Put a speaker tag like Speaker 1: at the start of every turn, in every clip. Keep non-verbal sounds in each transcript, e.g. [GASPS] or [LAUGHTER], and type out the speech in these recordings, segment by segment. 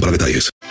Speaker 1: para detalles.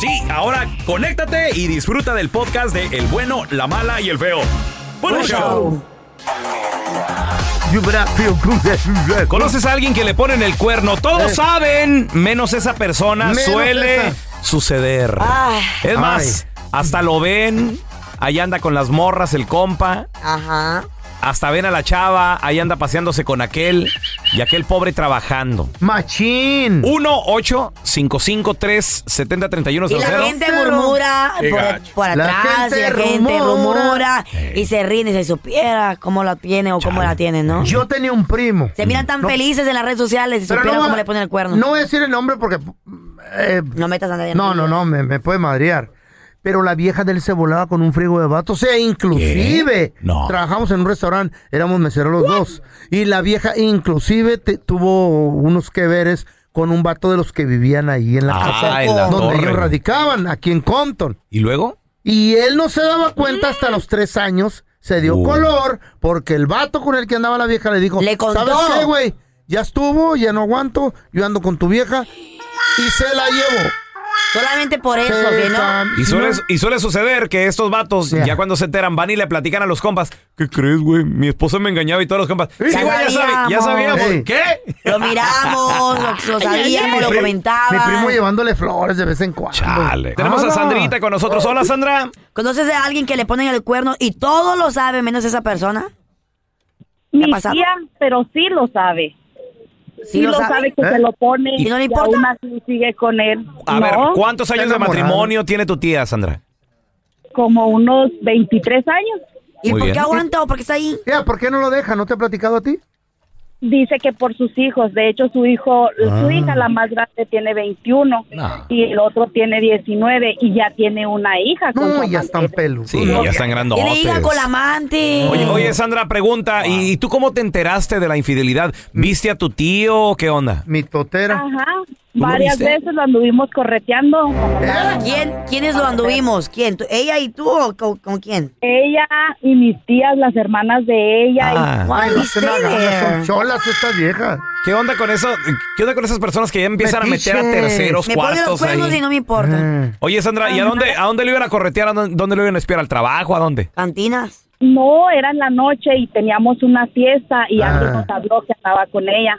Speaker 2: Sí, ahora conéctate y disfruta del podcast de El bueno, la mala y el feo. Buen show. ¿Conoces a alguien que le ponen el cuerno? Todos
Speaker 3: Eh.
Speaker 2: saben, menos esa persona
Speaker 3: Menos
Speaker 2: suele
Speaker 3: esa.
Speaker 2: suceder.
Speaker 4: Ay.
Speaker 2: Es más, hasta lo ven, ahí anda con las morras el compa,
Speaker 4: Ajá.
Speaker 2: hasta ven a la chava, ahí anda paseándose con aquel y aquel pobre trabajando.
Speaker 3: Machín.
Speaker 2: 1 8 55 3 70 31
Speaker 4: Y la gente murmura
Speaker 2: Qué
Speaker 4: por,
Speaker 2: gacho.
Speaker 4: por
Speaker 3: La
Speaker 4: atrás, y la
Speaker 3: gente
Speaker 4: gente rumora
Speaker 3: rumora.
Speaker 4: y se ríen y se supiera cómo la tiene o cómo la tiene, ¿no?
Speaker 3: Yo tenía un primo.
Speaker 4: Se miran tan
Speaker 3: No,
Speaker 4: felices en las redes sociales y
Speaker 3: pero
Speaker 4: supieran
Speaker 3: no va-
Speaker 4: cómo le ponen el cuerno.
Speaker 3: No voy a decir el nombre porque. eh,
Speaker 4: No metas a nadie. en
Speaker 3: no, no,
Speaker 4: peligro.
Speaker 3: no, me, me puede madrear. Pero la vieja de él se volaba con un frigo de vato. O sea, inclusive.
Speaker 2: ¿Qué? No.
Speaker 3: Trabajamos en un restaurante, éramos meseros los dos. Y la vieja, inclusive, te- tuvo unos que veres con un vato de los que vivían ahí en la
Speaker 2: Ah,
Speaker 3: casa
Speaker 2: en la
Speaker 3: donde
Speaker 2: torre.
Speaker 3: ellos radicaban, aquí en Compton.
Speaker 2: ¿Y luego?
Speaker 3: Y él no se daba cuenta hasta los tres años. Se dio
Speaker 2: Uh.
Speaker 3: color porque el vato con el que andaba la vieja le dijo,
Speaker 4: Le contó.
Speaker 3: ¿sabes qué, güey? Ya estuvo, ya no aguanto, yo ando con tu vieja y se la llevo.
Speaker 4: Solamente por eso,
Speaker 3: Se
Speaker 4: ¿sí, no?
Speaker 3: cam-
Speaker 2: Y suele, y suele suceder que estos vatos,
Speaker 3: Ya.
Speaker 2: ya cuando se enteran, van y le platican a los compas. ¿Qué crees, güey? Mi esposa me engañaba y todos los compas. Sí, güey, ya, sabe- ya sabíamos.
Speaker 3: Ey.
Speaker 2: ¿Qué?
Speaker 4: Lo miramos, lo, lo sabíamos, lo
Speaker 3: Mi pri-
Speaker 4: comentaba.
Speaker 3: Mi primo llevándole flores de vez en cuando. Ah,
Speaker 2: Chale. Tenemos a
Speaker 3: Nada.
Speaker 2: Sandrita con nosotros. Hola, Sandra.
Speaker 4: ¿Conoces a alguien que le ponen el cuerno y todo lo sabe menos esa persona?
Speaker 5: Mi
Speaker 4: ha pasado?
Speaker 5: tía, pero sí lo sabe. Sí, lo, sabe, que
Speaker 3: ¿Eh?
Speaker 5: se lo pone
Speaker 4: ¿Y no le importa?
Speaker 5: aún así sigue con él.
Speaker 2: A
Speaker 5: No,
Speaker 2: ver, ¿cuántos años de
Speaker 3: enamorada.
Speaker 2: matrimonio tiene tu tía, Sandra?
Speaker 5: Como unos 23 años.
Speaker 4: ¿Y
Speaker 2: Muy
Speaker 4: por
Speaker 2: bien.
Speaker 4: qué aguanta o por qué está ahí?
Speaker 3: Ya, ¿por qué no lo deja? ¿No te ha platicado a ti?
Speaker 5: Dice que por sus hijos. De hecho, su hijo,
Speaker 3: Ah.
Speaker 5: su hija, la más grande, tiene 21
Speaker 2: No.
Speaker 5: y el otro tiene 19 y ya tiene una hija. con
Speaker 3: No,
Speaker 5: su
Speaker 3: ya
Speaker 5: amante.
Speaker 3: están pelos.
Speaker 2: Sí, ya
Speaker 4: Y
Speaker 2: están
Speaker 4: le
Speaker 2: grandotes.
Speaker 4: diga con la amante.
Speaker 2: Oye, oye, Sandra, pregunta. ¿Y tú cómo te enteraste de la infidelidad? ¿Viste a tu tío o qué onda?
Speaker 3: Mi totera.
Speaker 5: Ajá.
Speaker 2: lo
Speaker 5: Varias
Speaker 2: viste?
Speaker 5: veces lo anduvimos correteando.
Speaker 3: ¿Eh?
Speaker 4: ¿Quién, ¿Quiénes lo anduvimos? ¿Quién? ¿Tú- ¿Ella y tú o con, con quién?
Speaker 5: Ella y mis tías, las hermanas de ella. y-
Speaker 2: Ah.
Speaker 3: Ay, no se me
Speaker 4: Stay
Speaker 3: hagan,
Speaker 4: there.
Speaker 3: son cholas estas viejas.
Speaker 2: ¿Qué onda con eso? ¿Qué onda con esas personas que ya empiezan
Speaker 3: Metiches.
Speaker 2: a meter a terceros,
Speaker 4: Me ponen los
Speaker 2: cuartos
Speaker 4: cuernos
Speaker 2: ahí?
Speaker 4: y no me importa.
Speaker 3: Eh.
Speaker 2: Oye, Sandra, ¿y a dónde, a dónde lo iban a corretear? ¿A dónde, dónde lo iban a espiar? ¿Al trabajo? ¿A dónde?
Speaker 4: Ah. Cantinas.
Speaker 5: No, era en la noche y teníamos una fiesta y
Speaker 3: Ah.
Speaker 5: alguien nos habló que estaba con ella.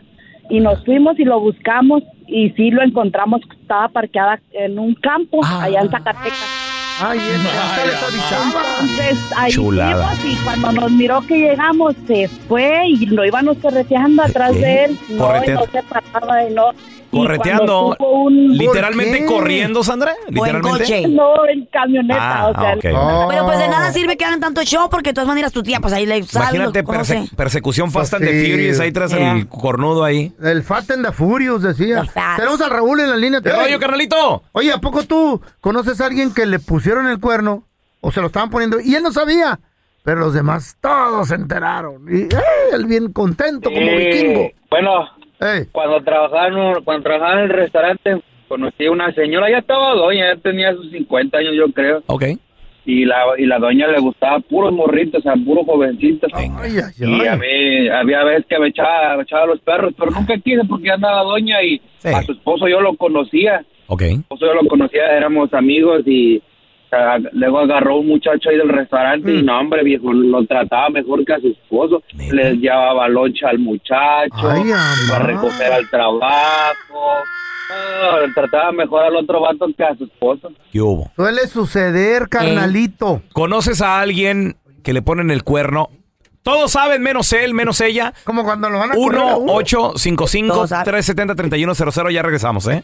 Speaker 5: Y nos fuimos y lo buscamos y sí lo encontramos, estaba parqueada en un campo
Speaker 2: Ah.
Speaker 5: allá en Zacatecas.
Speaker 3: Ay, esta hasta les avisaba.
Speaker 5: Entonces ahí
Speaker 2: Chulada.
Speaker 5: fuimos y cuando nos miró que llegamos se fue y lo íbamos correteando atrás
Speaker 2: ¿Eh?
Speaker 5: de él. No, y
Speaker 2: Corretea-
Speaker 5: no se paraba y no.
Speaker 2: Correteando.
Speaker 5: cuando supo un-
Speaker 2: Literalmente
Speaker 3: ¿Por qué?
Speaker 2: corriendo, Sandra. Literalmente.
Speaker 4: coche.
Speaker 5: No, en camioneta,
Speaker 2: Ah,
Speaker 5: o sea,
Speaker 2: ah, ok.
Speaker 3: Oh.
Speaker 4: Pero pues de nada sirve que hagan tanto show porque de todas maneras tu tía pues ahí le sabe,
Speaker 2: Imagínate
Speaker 4: lo conoce.
Speaker 2: perse- persecución Fast and the
Speaker 3: Sí.
Speaker 2: Furious ahí tras
Speaker 4: Yeah.
Speaker 2: el cornudo ahí.
Speaker 3: El Fat and the Furious, decía.
Speaker 4: The Fats.
Speaker 3: Tenemos al Raúl en la línea.
Speaker 2: ¿Qué rollo, carnalito?
Speaker 3: Oye, ¿a poco tú conoces a alguien que le pusieron el cuerno o se lo estaban poniendo y él no sabía? Pero los demás todos se enteraron. Y ¡eh! él bien contento como
Speaker 6: Sí,
Speaker 3: vikingo.
Speaker 6: Eh, Bueno,
Speaker 3: Ey,
Speaker 6: cuando trabajaba, en un- cuando trabajaba en el restaurante, conocí a una señora, ya estaba doña, ya tenía sus 50 años, yo creo.
Speaker 2: Ok.
Speaker 6: Y la, y la doña le gustaba puros morritos, o sea, puros jovencitos.
Speaker 3: ay, ay,
Speaker 6: Y a
Speaker 3: ay.
Speaker 6: mí, había veces que me echaba, me echaba los perros, pero nunca quise porque ya andaba doña y
Speaker 2: Sí.
Speaker 6: a su esposo yo lo conocía.
Speaker 2: Ok.
Speaker 6: esposo yo lo conocía, éramos amigos y o sea, luego agarró un muchacho ahí del restaurante y no, hombre, viejo, lo trataba mejor que a su esposo.
Speaker 2: Mm. Neta.
Speaker 6: Les llevaba loncha al muchacho,
Speaker 3: Ay,
Speaker 6: iba a
Speaker 3: amá.
Speaker 6: recoger al trabajo. No, le trataba mejor al otro vato que a su esposo.
Speaker 2: ¿Qué hubo? Eh,
Speaker 3: Suele suceder, carnalito.
Speaker 2: ¿Conoces a alguien que le ponen el cuerno? Todos saben, menos él, menos ella.
Speaker 3: Como cuando lo van a correr a uno.
Speaker 2: 1-855-370-3100. Ya regresamos, ¿eh?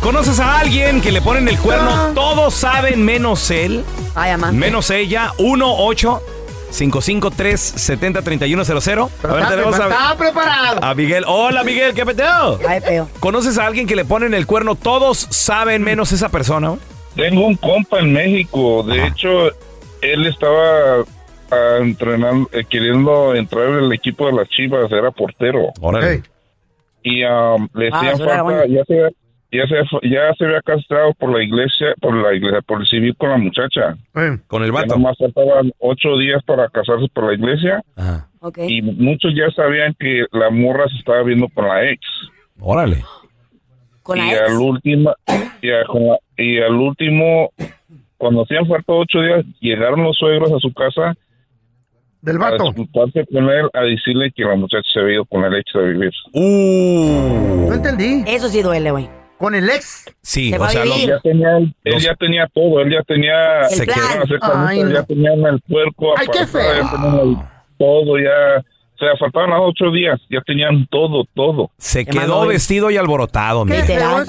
Speaker 2: ¿Conoces a alguien que le ponen el cuerno? Todos saben menos él,
Speaker 4: Ay, mamá.
Speaker 2: menos ella. 1-855-370-3100. A
Speaker 3: Pero
Speaker 2: ver,
Speaker 3: está,
Speaker 2: tenemos a,
Speaker 3: está pues, preparado.
Speaker 2: a Miguel. Hola, Miguel, ¿qué peteo?
Speaker 4: Ay, feo.
Speaker 2: ¿Conoces a alguien que le ponen el cuerno? Todos saben menos esa persona.
Speaker 7: Tengo un compa en México, de hecho, él estaba ah, entrenando, eh, queriendo entrar en el equipo de las Chivas, era portero
Speaker 2: Órale.
Speaker 3: Ey,
Speaker 7: y am, le
Speaker 4: Ah,
Speaker 7: hacían
Speaker 4: eso era
Speaker 7: falta, ya se, ya se ya se había castrado por la iglesia, por la iglesia, por el civil con la muchacha.
Speaker 3: ey.
Speaker 2: Con el
Speaker 7: Ya
Speaker 2: vato.
Speaker 7: nomás faltaban ocho días para casarse por la iglesia
Speaker 2: Ajá.
Speaker 4: Ok.
Speaker 7: y muchos ya sabían que la morra se estaba viendo con la ex.
Speaker 2: Órale.
Speaker 4: Con la
Speaker 7: y
Speaker 4: ex.
Speaker 7: al último y, a- con la- y al último cuando hacían falta ocho días llegaron los suegros a su casa
Speaker 3: Del
Speaker 7: a
Speaker 3: vato.
Speaker 7: disculparse con él a decirle que la muchacha se había ido con el ex de vivir
Speaker 2: Uh.
Speaker 3: No entendí.
Speaker 4: Eso sí duele, güey.
Speaker 3: Con el ex.
Speaker 2: Sí,
Speaker 4: Se
Speaker 2: o
Speaker 4: va a
Speaker 2: sea, lo-
Speaker 4: vivir.
Speaker 7: ya tenía él
Speaker 2: Los-
Speaker 7: ya tenía todo él ya tenía
Speaker 4: El
Speaker 2: se
Speaker 4: plan.
Speaker 2: quedó.
Speaker 7: iban a hacer
Speaker 3: Ay,
Speaker 7: carnitas, ya
Speaker 3: no.
Speaker 7: tenían el puerco
Speaker 3: Ay, qué
Speaker 7: apartado, ya
Speaker 3: feo.
Speaker 7: tenían el- todo ya o sea faltaban los ocho días ya tenían todo todo
Speaker 2: Se
Speaker 4: Qué mal
Speaker 2: quedó
Speaker 4: novio.
Speaker 2: vestido y alborotado,
Speaker 3: ¿Qué
Speaker 2: mira.
Speaker 4: Literal.
Speaker 3: feo es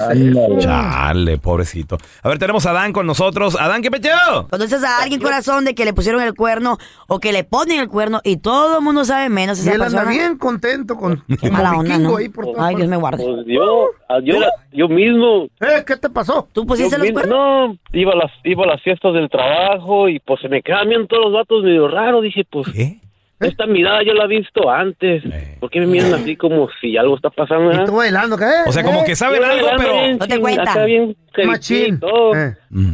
Speaker 3: eso?
Speaker 7: Ándale.
Speaker 2: Chale, pobrecito. A ver, tenemos a Dan con nosotros. Adán, ¿qué peteo?
Speaker 4: Conoces a alguien corazón de que le pusieron el cuerno o que le ponen el cuerno y todo el mundo sabe menos
Speaker 3: Y
Speaker 4: esa
Speaker 3: él anda
Speaker 4: persona.
Speaker 3: bien contento con
Speaker 2: [LAUGHS]
Speaker 4: Qué
Speaker 3: como
Speaker 4: mala onda,
Speaker 3: vikingo
Speaker 4: ¿no?
Speaker 3: ahí por todas
Speaker 4: Ay, Dios
Speaker 3: partes.
Speaker 4: me guarde.
Speaker 6: Pues yo, yo, yo mismo,
Speaker 3: Eh, ¿qué te pasó?
Speaker 4: ¿Tú pusiste
Speaker 6: Yo
Speaker 4: los
Speaker 6: vine-
Speaker 4: cuernos?
Speaker 6: No, iba a, las, iba a las fiestas del trabajo y pues se me quedan viendo todos los datos medio raro. Dije, pues
Speaker 3: ¿Eh?
Speaker 2: ¿Qué?
Speaker 6: esta mirada yo la he visto antes.
Speaker 2: Eh.
Speaker 6: ¿Por qué me miran así como si algo está pasando? ah?
Speaker 3: Y
Speaker 6: verdad?
Speaker 3: tú bailando, ¿qué?
Speaker 2: O sea, como
Speaker 3: Eh,
Speaker 2: que saben
Speaker 6: Yo
Speaker 2: algo,
Speaker 6: bailando
Speaker 2: pero.
Speaker 6: bien
Speaker 4: No te
Speaker 6: chin-
Speaker 4: cuentan.
Speaker 6: acá bien
Speaker 3: Machín.
Speaker 6: y todo.
Speaker 3: Eh.
Speaker 2: Mm.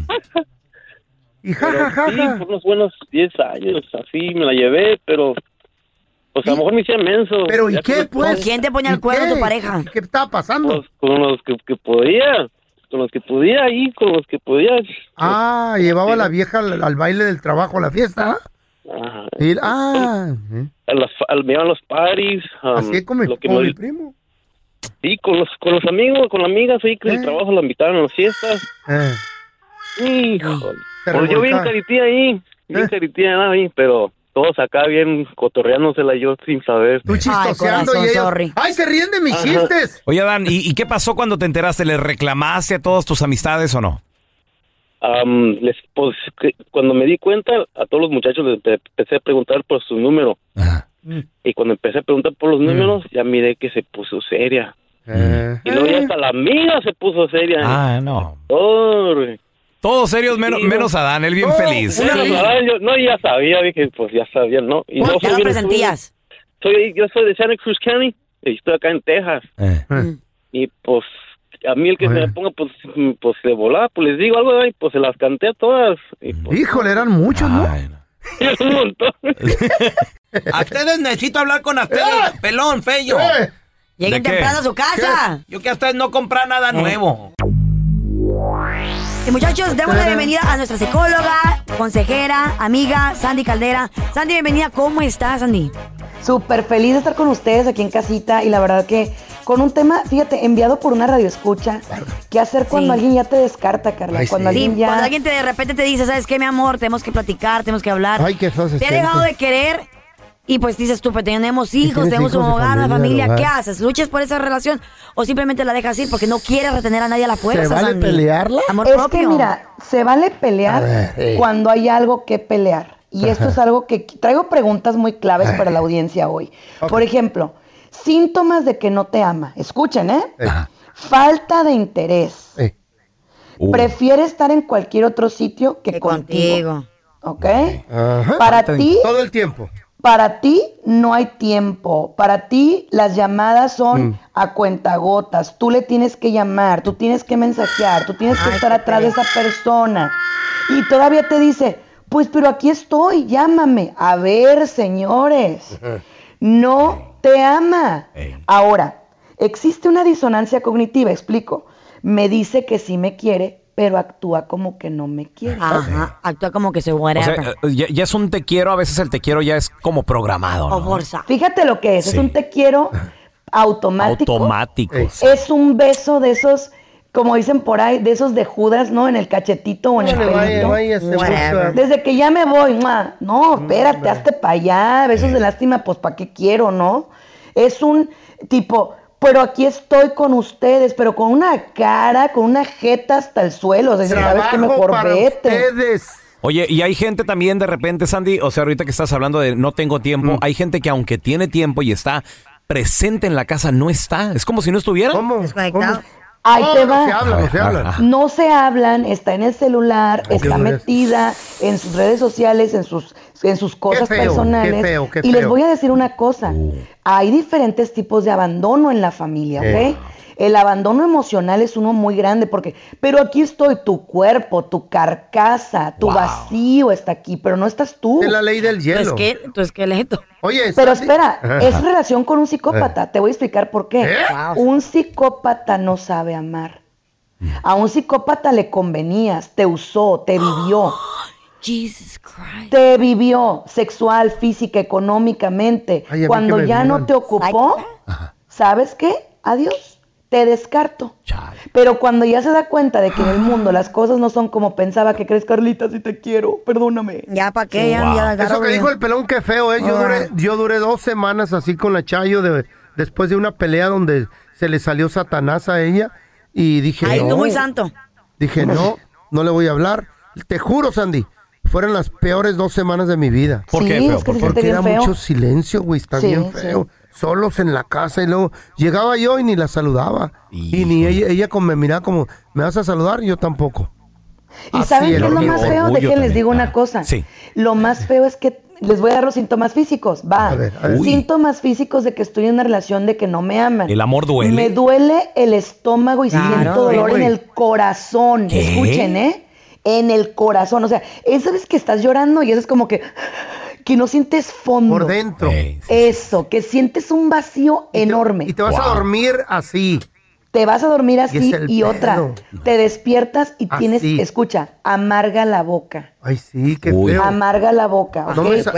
Speaker 3: Y
Speaker 6: Pero
Speaker 3: jajaja.
Speaker 6: sí, por unos buenos 10 años, así me la llevé, pero pues a lo mejor me hice menso.
Speaker 3: Pero ¿y
Speaker 6: Ya
Speaker 3: qué,
Speaker 6: que-
Speaker 3: pues?
Speaker 4: ¿Con quién te ponía
Speaker 3: ¿Y
Speaker 4: el cuerno
Speaker 3: qué?
Speaker 4: tu pareja?
Speaker 3: ¿Y ¿Qué estaba pasando?
Speaker 6: pues, con los que, que podía, con los que podía y con los que podía.
Speaker 3: ah, llevaba a la vieja al, al baile del trabajo, a la fiesta.
Speaker 6: Ah,
Speaker 3: Y, ah, eh,
Speaker 6: a las, al- me iban a los parties. um,
Speaker 3: así es como,
Speaker 6: lo que
Speaker 3: como
Speaker 6: me-
Speaker 3: mi primo.
Speaker 6: Sí, con los, con los amigos, con las amigas ahí que
Speaker 3: Eh.
Speaker 6: el trabajo la invitaron a las fiestas.
Speaker 3: Eh,
Speaker 6: Híjole.
Speaker 3: Se
Speaker 6: Pues yo bien
Speaker 3: revolcaba.
Speaker 6: caritía ahí, bien
Speaker 3: Eh.
Speaker 6: caritía nada ahí, pero todos acá bien cotorreándosela yo sin saber.
Speaker 3: tú chistoseando
Speaker 4: corazón,
Speaker 3: y ellos,
Speaker 4: sorry.
Speaker 3: ¡Ay, se ríen de mis
Speaker 6: Ajá.
Speaker 3: chistes!
Speaker 2: Oye, Adán, ¿y, y qué pasó cuando te enteraste? ¿Le reclamaste a todas tus amistades o no?
Speaker 6: Am, les, pues, que- cuando me di cuenta, a todos los muchachos les empe- empecé a preguntar por su número.
Speaker 2: Ajá.
Speaker 6: Y cuando empecé a preguntar por
Speaker 3: Mm.
Speaker 6: los números, ya miré que se puso seria.
Speaker 3: Eh,
Speaker 6: Y luego ya hasta la amiga se puso seria.
Speaker 2: Ah, no.
Speaker 6: Oh, güey.
Speaker 2: Todos serios, menos,
Speaker 6: Sí, no.
Speaker 2: menos Adán, él bien
Speaker 3: No,
Speaker 2: feliz.
Speaker 6: Una
Speaker 4: Sí.
Speaker 6: verdad, yo- no, ya sabía, dije, pues ya sabía, ¿no? Y no,
Speaker 4: Ya
Speaker 6: soy
Speaker 4: lo
Speaker 6: bien-
Speaker 4: presentías.
Speaker 6: soy, yo soy de Santa Cruz County y estoy acá en Texas.
Speaker 2: Eh,
Speaker 3: eh.
Speaker 6: Y pues a mí el que
Speaker 3: Oye.
Speaker 6: se me ponga, pues, mm, pues de volada, pues les digo algo, y pues se las canté a todas. Y pues,
Speaker 3: Híjole, eran muchos, ¿no?
Speaker 2: ay, no.
Speaker 6: un montón.
Speaker 2: [LAUGHS] A ustedes necesito hablar con ustedes, pelón, feyo.
Speaker 3: Eh,
Speaker 4: Lleguen
Speaker 2: ¿De qué? Mm.
Speaker 4: temprano a su casa.
Speaker 2: Yo que a ustedes no comprar nada nuevo.
Speaker 4: Y muchachos, damos la bienvenida a nuestra psicóloga, consejera, amiga, Sandy Caldera. Sandy, bienvenida. ¿Cómo estás, Sandy?
Speaker 8: Súper feliz de estar con ustedes aquí en casita y la verdad que con un tema, fíjate, enviado por una radioescucha, ¿qué hacer cuando
Speaker 4: Sí.
Speaker 8: alguien ya te descarta, Carla?
Speaker 3: Ay,
Speaker 8: cuando
Speaker 3: sí.
Speaker 4: Sí,
Speaker 8: alguien ya...
Speaker 4: cuando alguien te, de repente te dice, ¿sabes qué, mi amor? Tenemos que platicar, tenemos que hablar.
Speaker 3: Ay, qué feo se
Speaker 4: Te ha
Speaker 3: siente.
Speaker 4: dejado de querer Y pues dices tú, pues tenemos hijos,
Speaker 9: tienes
Speaker 4: tenemos un
Speaker 9: hijos y
Speaker 4: hogar, una
Speaker 9: familia,
Speaker 4: familia,
Speaker 9: el
Speaker 4: ¿qué
Speaker 9: hogar.
Speaker 4: haces? ¿Luchas por esa relación o simplemente la dejas ir porque no quieres retener a nadie a la fuerza?
Speaker 8: vale
Speaker 4: Sandy?
Speaker 8: pelearla?
Speaker 4: Amor
Speaker 8: es
Speaker 4: propio.
Speaker 8: que mira, se vale
Speaker 4: A
Speaker 8: pelear
Speaker 4: ver, eh.
Speaker 8: cuando hay algo que pelear. Y esto
Speaker 4: Ajá.
Speaker 8: es algo que traigo preguntas muy claves para la audiencia hoy. Por ejemplo, síntomas de que no te ama. Escuchen, ¿eh? Falta de interés.
Speaker 3: Eh.
Speaker 9: Uh.
Speaker 8: Prefiere estar en cualquier otro sitio que, contigo. ¿Ok? Para ti-
Speaker 3: Todo el tiempo.
Speaker 8: Para ti no hay tiempo. Para ti las llamadas son
Speaker 3: Mm.
Speaker 8: a cuentagotas. Tú le tienes que llamar, tú tienes que mensajear, tú tienes que estar atrás de esa persona. Y todavía te dice, pues pero aquí estoy, llámame. A ver, señores,
Speaker 10: Eh.
Speaker 8: no te ama. Ahora, existe una disonancia cognitiva, explico. Me dice que sí me quiere, pero actúa como que no me quiere.
Speaker 4: Ajá, actúa como que se
Speaker 2: O sea,
Speaker 4: whatever.
Speaker 2: eh, ya, ya es un te quiero, a veces el te quiero ya es como programado. ¿no?
Speaker 8: Fíjate lo que es,
Speaker 2: Sí.
Speaker 8: es un te
Speaker 2: [LAUGHS]
Speaker 8: quiero automático.
Speaker 2: Automático.
Speaker 8: Es un beso de esos, como dicen por ahí, de esos de Judas, ¿no? En el cachetito o en el
Speaker 3: Órale, vaya,
Speaker 8: pelito.
Speaker 3: vaya, este
Speaker 8: Whatever.
Speaker 3: busca.
Speaker 8: Desde que ya me voy, ma. No, espérate, hazte para allá. Besos de lástima, pues ¿para qué quiero, no? Es un tipo, pero aquí estoy con ustedes, pero con una cara, con una jeta hasta el suelo. O sea, ¿sabes qué? Mejor vete.
Speaker 2: Oye, y hay gente también de repente, Sandy, o sea, ahorita que estás hablando de no tengo tiempo, hay gente que aunque tiene tiempo y está presente en la casa, no está. Es como si no estuviera. ¿Cómo?
Speaker 8: Ahí
Speaker 3: No,
Speaker 8: te
Speaker 3: no
Speaker 8: va.
Speaker 3: se hablan, no se hablan.
Speaker 2: Ajá.
Speaker 8: No se hablan, está en el celular,
Speaker 3: Ay,
Speaker 8: está
Speaker 3: qué duro.
Speaker 8: metida en sus redes sociales, en sus, en sus cosas
Speaker 3: feo, qué
Speaker 8: personales.
Speaker 3: feo, qué
Speaker 8: y les
Speaker 3: feo. Uh.
Speaker 8: voy a decir una cosa, hay diferentes tipos de abandono en la familia, ¿ok?
Speaker 3: Eh.
Speaker 8: El abandono emocional es uno muy grande porque, pero aquí estoy, tu cuerpo, tu carcasa, tu vacío está aquí, pero no estás tú.
Speaker 3: Es la ley del hielo. Tu esque-
Speaker 8: tu esqueleto.
Speaker 3: Oye,
Speaker 8: pero
Speaker 3: Sandy-
Speaker 8: espera,
Speaker 3: Ajá.
Speaker 8: es relación con un
Speaker 9: Eh.
Speaker 8: psicópata. Te voy a explicar por qué. Un psicópata no sabe amar.
Speaker 9: Mm.
Speaker 8: A un psicópata le convenías, te usó, te [GASPS] vivió. Te vivió sexual, física, económicamente.
Speaker 9: Ay, a mí que
Speaker 8: Cuando
Speaker 9: me
Speaker 8: ya no
Speaker 9: vivan.
Speaker 8: te ocupó, ¿sabes qué? Adiós. Te descarto. Pero cuando ya se da cuenta de que en
Speaker 9: Ah.
Speaker 8: el mundo las cosas no son como pensaba que crees, Carlita, si te quiero, perdóname.
Speaker 4: Ya, ¿para
Speaker 8: qué? Ya, ya agarro
Speaker 3: Eso que
Speaker 8: bien.
Speaker 3: dijo el pelón, qué feo, ¿eh? Yo, duré, yo duré dos semanas así con la Chayo de- después de una pelea donde se le salió Satanás a ella y dije.
Speaker 4: Ay,
Speaker 3: no.
Speaker 4: tú muy santo.
Speaker 3: Dije, no, no le voy a hablar. Te juro, Sandy, fueron las peores dos semanas de mi vida.
Speaker 8: ¿Por qué, Sí, feo? es que se
Speaker 3: Porque
Speaker 8: siente bien
Speaker 3: era
Speaker 8: feo.
Speaker 3: mucho silencio, güey, está
Speaker 8: Sí,
Speaker 3: bien feo. Solos en la casa y luego llegaba yo y ni la saludaba. Y ni ella, ella como me miraba como, ¿me vas a saludar? Yo tampoco.
Speaker 8: ¿Y
Speaker 3: Así
Speaker 8: saben
Speaker 3: es,
Speaker 8: qué es lo
Speaker 3: orgullo,
Speaker 8: más feo?
Speaker 3: orgullo
Speaker 8: Dejen, les
Speaker 3: también.
Speaker 8: digo una cosa.
Speaker 3: Sí.
Speaker 8: Lo más feo es que les voy a dar los síntomas físicos. Va.
Speaker 2: a ver.
Speaker 8: Síntomas físicos de que estoy en una relación de que no me aman.
Speaker 2: ¿El amor duele?
Speaker 8: Me duele el estómago y
Speaker 2: Claro,
Speaker 8: siento dolor
Speaker 2: duele.
Speaker 8: en el corazón.
Speaker 2: ¿Qué?
Speaker 8: Escuchen, ¿eh? En el corazón. O sea, esa vez que estás llorando y eso es como que. Que no sientes fondo.
Speaker 3: Por dentro. Ey,
Speaker 8: Eso, que sientes un vacío enorme.
Speaker 3: Y te vas a dormir así.
Speaker 8: Te vas a dormir
Speaker 3: Y
Speaker 8: así
Speaker 3: es el
Speaker 8: y, otra.
Speaker 3: pedo.
Speaker 8: Te despiertas y tienes,
Speaker 3: Así.
Speaker 8: escucha, amarga la boca.
Speaker 3: Ay, sí, qué
Speaker 8: Uy.
Speaker 3: feo.
Speaker 8: Amarga la boca.
Speaker 3: No
Speaker 8: ¿ok?
Speaker 3: me sa-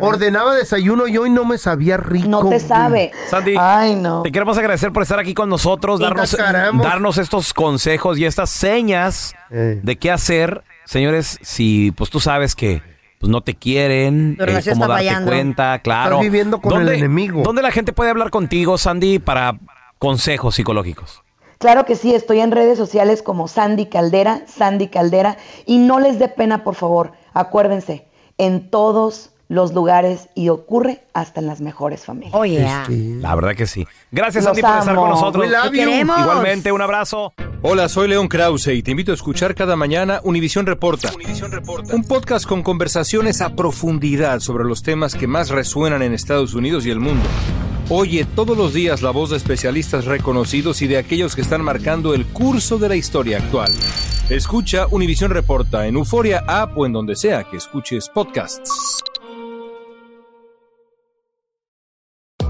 Speaker 3: Ordenaba desayuno y hoy no me sabía rico.
Speaker 8: No te
Speaker 3: güey.
Speaker 8: sabe.
Speaker 2: Sandy,
Speaker 8: Ay, no.
Speaker 2: te queremos agradecer por estar aquí con nosotros,
Speaker 3: Y
Speaker 2: darnos,
Speaker 3: cascaramos.
Speaker 2: darnos estos consejos y estas señas de qué hacer, señores, si pues tú sabes que pues, no te quieren, eh,
Speaker 3: Tu relación
Speaker 2: cómo
Speaker 3: está
Speaker 2: darte
Speaker 3: fallando.
Speaker 2: cuenta, claro.
Speaker 3: Estás viviendo con el enemigo.
Speaker 2: ¿Dónde la gente puede hablar contigo, Sandy, para consejos psicológicos?
Speaker 8: Claro que sí, estoy en redes sociales como Sandy Caldera, Sandy Caldera. Y no les dé pena, por favor. Acuérdense, en todos los lugares y ocurre hasta en las mejores familias.
Speaker 4: Oye.
Speaker 3: Este,
Speaker 2: La verdad que sí. Gracias,
Speaker 8: Los
Speaker 2: Sandy, por estar
Speaker 8: amo.
Speaker 2: con nosotros.
Speaker 8: We love Te you. queremos.
Speaker 2: Igualmente, un abrazo.
Speaker 11: Hola, soy León Krause y te invito a escuchar cada mañana Univisión Reporta. Un podcast con conversaciones a profundidad sobre los temas que más resuenan en Estados Unidos y el mundo. Oye todos los días la voz de especialistas reconocidos y de aquellos que están marcando el curso de la historia actual. Escucha Univisión Reporta en Euforia App o en donde sea que escuches podcasts.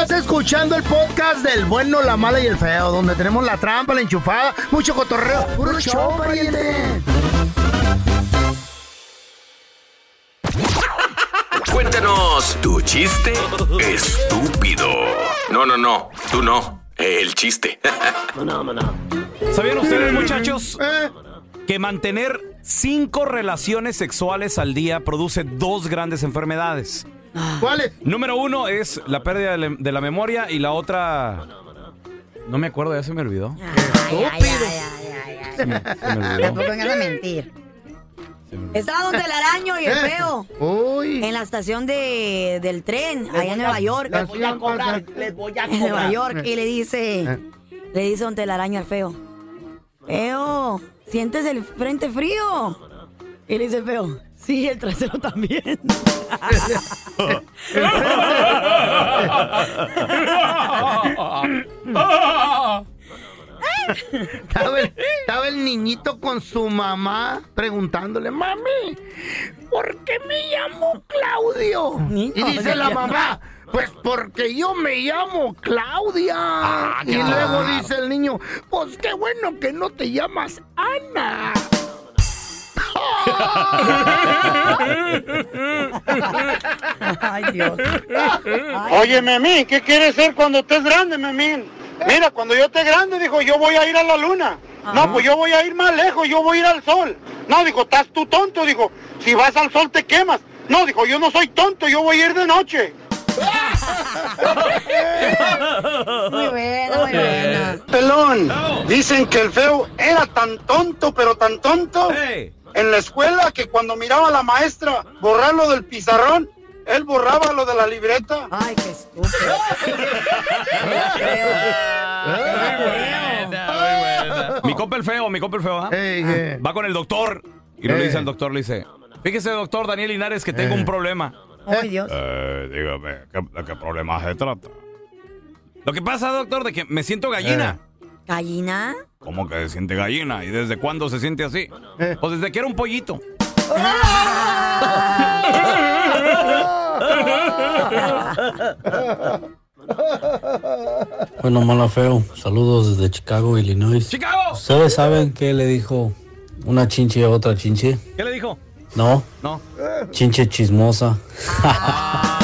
Speaker 3: Estás escuchando el podcast del bueno, la mala y el feo, donde tenemos la trampa, la enchufada, mucho cotorreo. ¡Puro show, pariente!
Speaker 12: Cuéntanos tu chiste estúpido. No, no, no, tú no. El chiste.
Speaker 2: ¿Sabían ustedes, muchachos, que mantener cinco relaciones sexuales al día produce dos grandes enfermedades?
Speaker 3: ¿Cuáles?
Speaker 2: Número uno es la pérdida de la, de la memoria y la otra... No me acuerdo, ya se me olvidó. Se me- se me olvidó.
Speaker 4: Tampoco vengas a mentir. Estaba Don Telaraño y el
Speaker 13: Eh.
Speaker 4: feo. En la estación de, del tren, allá en Nueva York.
Speaker 13: Les voy a cobrar, les voy a
Speaker 4: En Nueva
Speaker 13: cobrar. Eh.
Speaker 4: York. Y le dice, le dice Don Telaraño al feo. Feo, ¿sientes el frente frío? Y le dice el feo, sí, el trasero también. [LAUGHS]
Speaker 3: Estaba el, estaba el niñito con su mamá preguntándole, mami, ¿por qué me llamo Claudio?
Speaker 13: [LAUGHS]
Speaker 3: y dice la mamá, pues porque yo me llamo Claudia.
Speaker 13: Ah, qué
Speaker 3: y luego
Speaker 13: bárbaro.
Speaker 3: dice el niño, pues qué bueno que no te llamas Ana.
Speaker 13: [LAUGHS] Ay, Dios.
Speaker 14: Oye, Memín, ¿qué quieres ser cuando estés grande, Memín? Mira, cuando yo esté grande, dijo, yo voy a ir a la luna. No, pues yo voy a ir más lejos, yo voy a ir al sol. No, dijo, estás tú tonto, dijo, si vas al sol te quemas. No, dijo, yo no soy tonto, yo voy a ir de noche.
Speaker 13: Muy buena, muy buena.
Speaker 14: Pelón, dicen que el feo era tan tonto, pero tan tonto en la escuela que cuando miraba a la maestra borrar lo del pizarrón, él borraba lo de la libreta.
Speaker 4: Ay, qué estúpido.
Speaker 14: [LAUGHS]
Speaker 4: [LAUGHS]
Speaker 2: Mi compa el feo, mi compa el feo, ¿ah? Va con el doctor y no
Speaker 13: Eh.
Speaker 2: le dice al doctor, le dice, fíjese doctor Daniel Linares que tengo un problema.
Speaker 4: Ay, Dios.
Speaker 2: Eh, dígame, ¿qué- ¿de qué problema se trata? Lo que pasa, doctor, de que me siento gallina.
Speaker 4: ¿Gallina?
Speaker 2: ¿Cómo que se siente gallina? ¿Y desde cuándo se siente así? Pues desde que era un pollito.
Speaker 10: Bueno, mala feo. Saludos desde Chicago, Illinois.
Speaker 2: ¡Chicago!
Speaker 10: ¿Ustedes saben qué le dijo una chinche a otra chinche?
Speaker 2: ¿Qué le dijo?
Speaker 10: No.
Speaker 2: No.
Speaker 10: Chinche chismosa.
Speaker 6: Ah.
Speaker 10: [LAUGHS]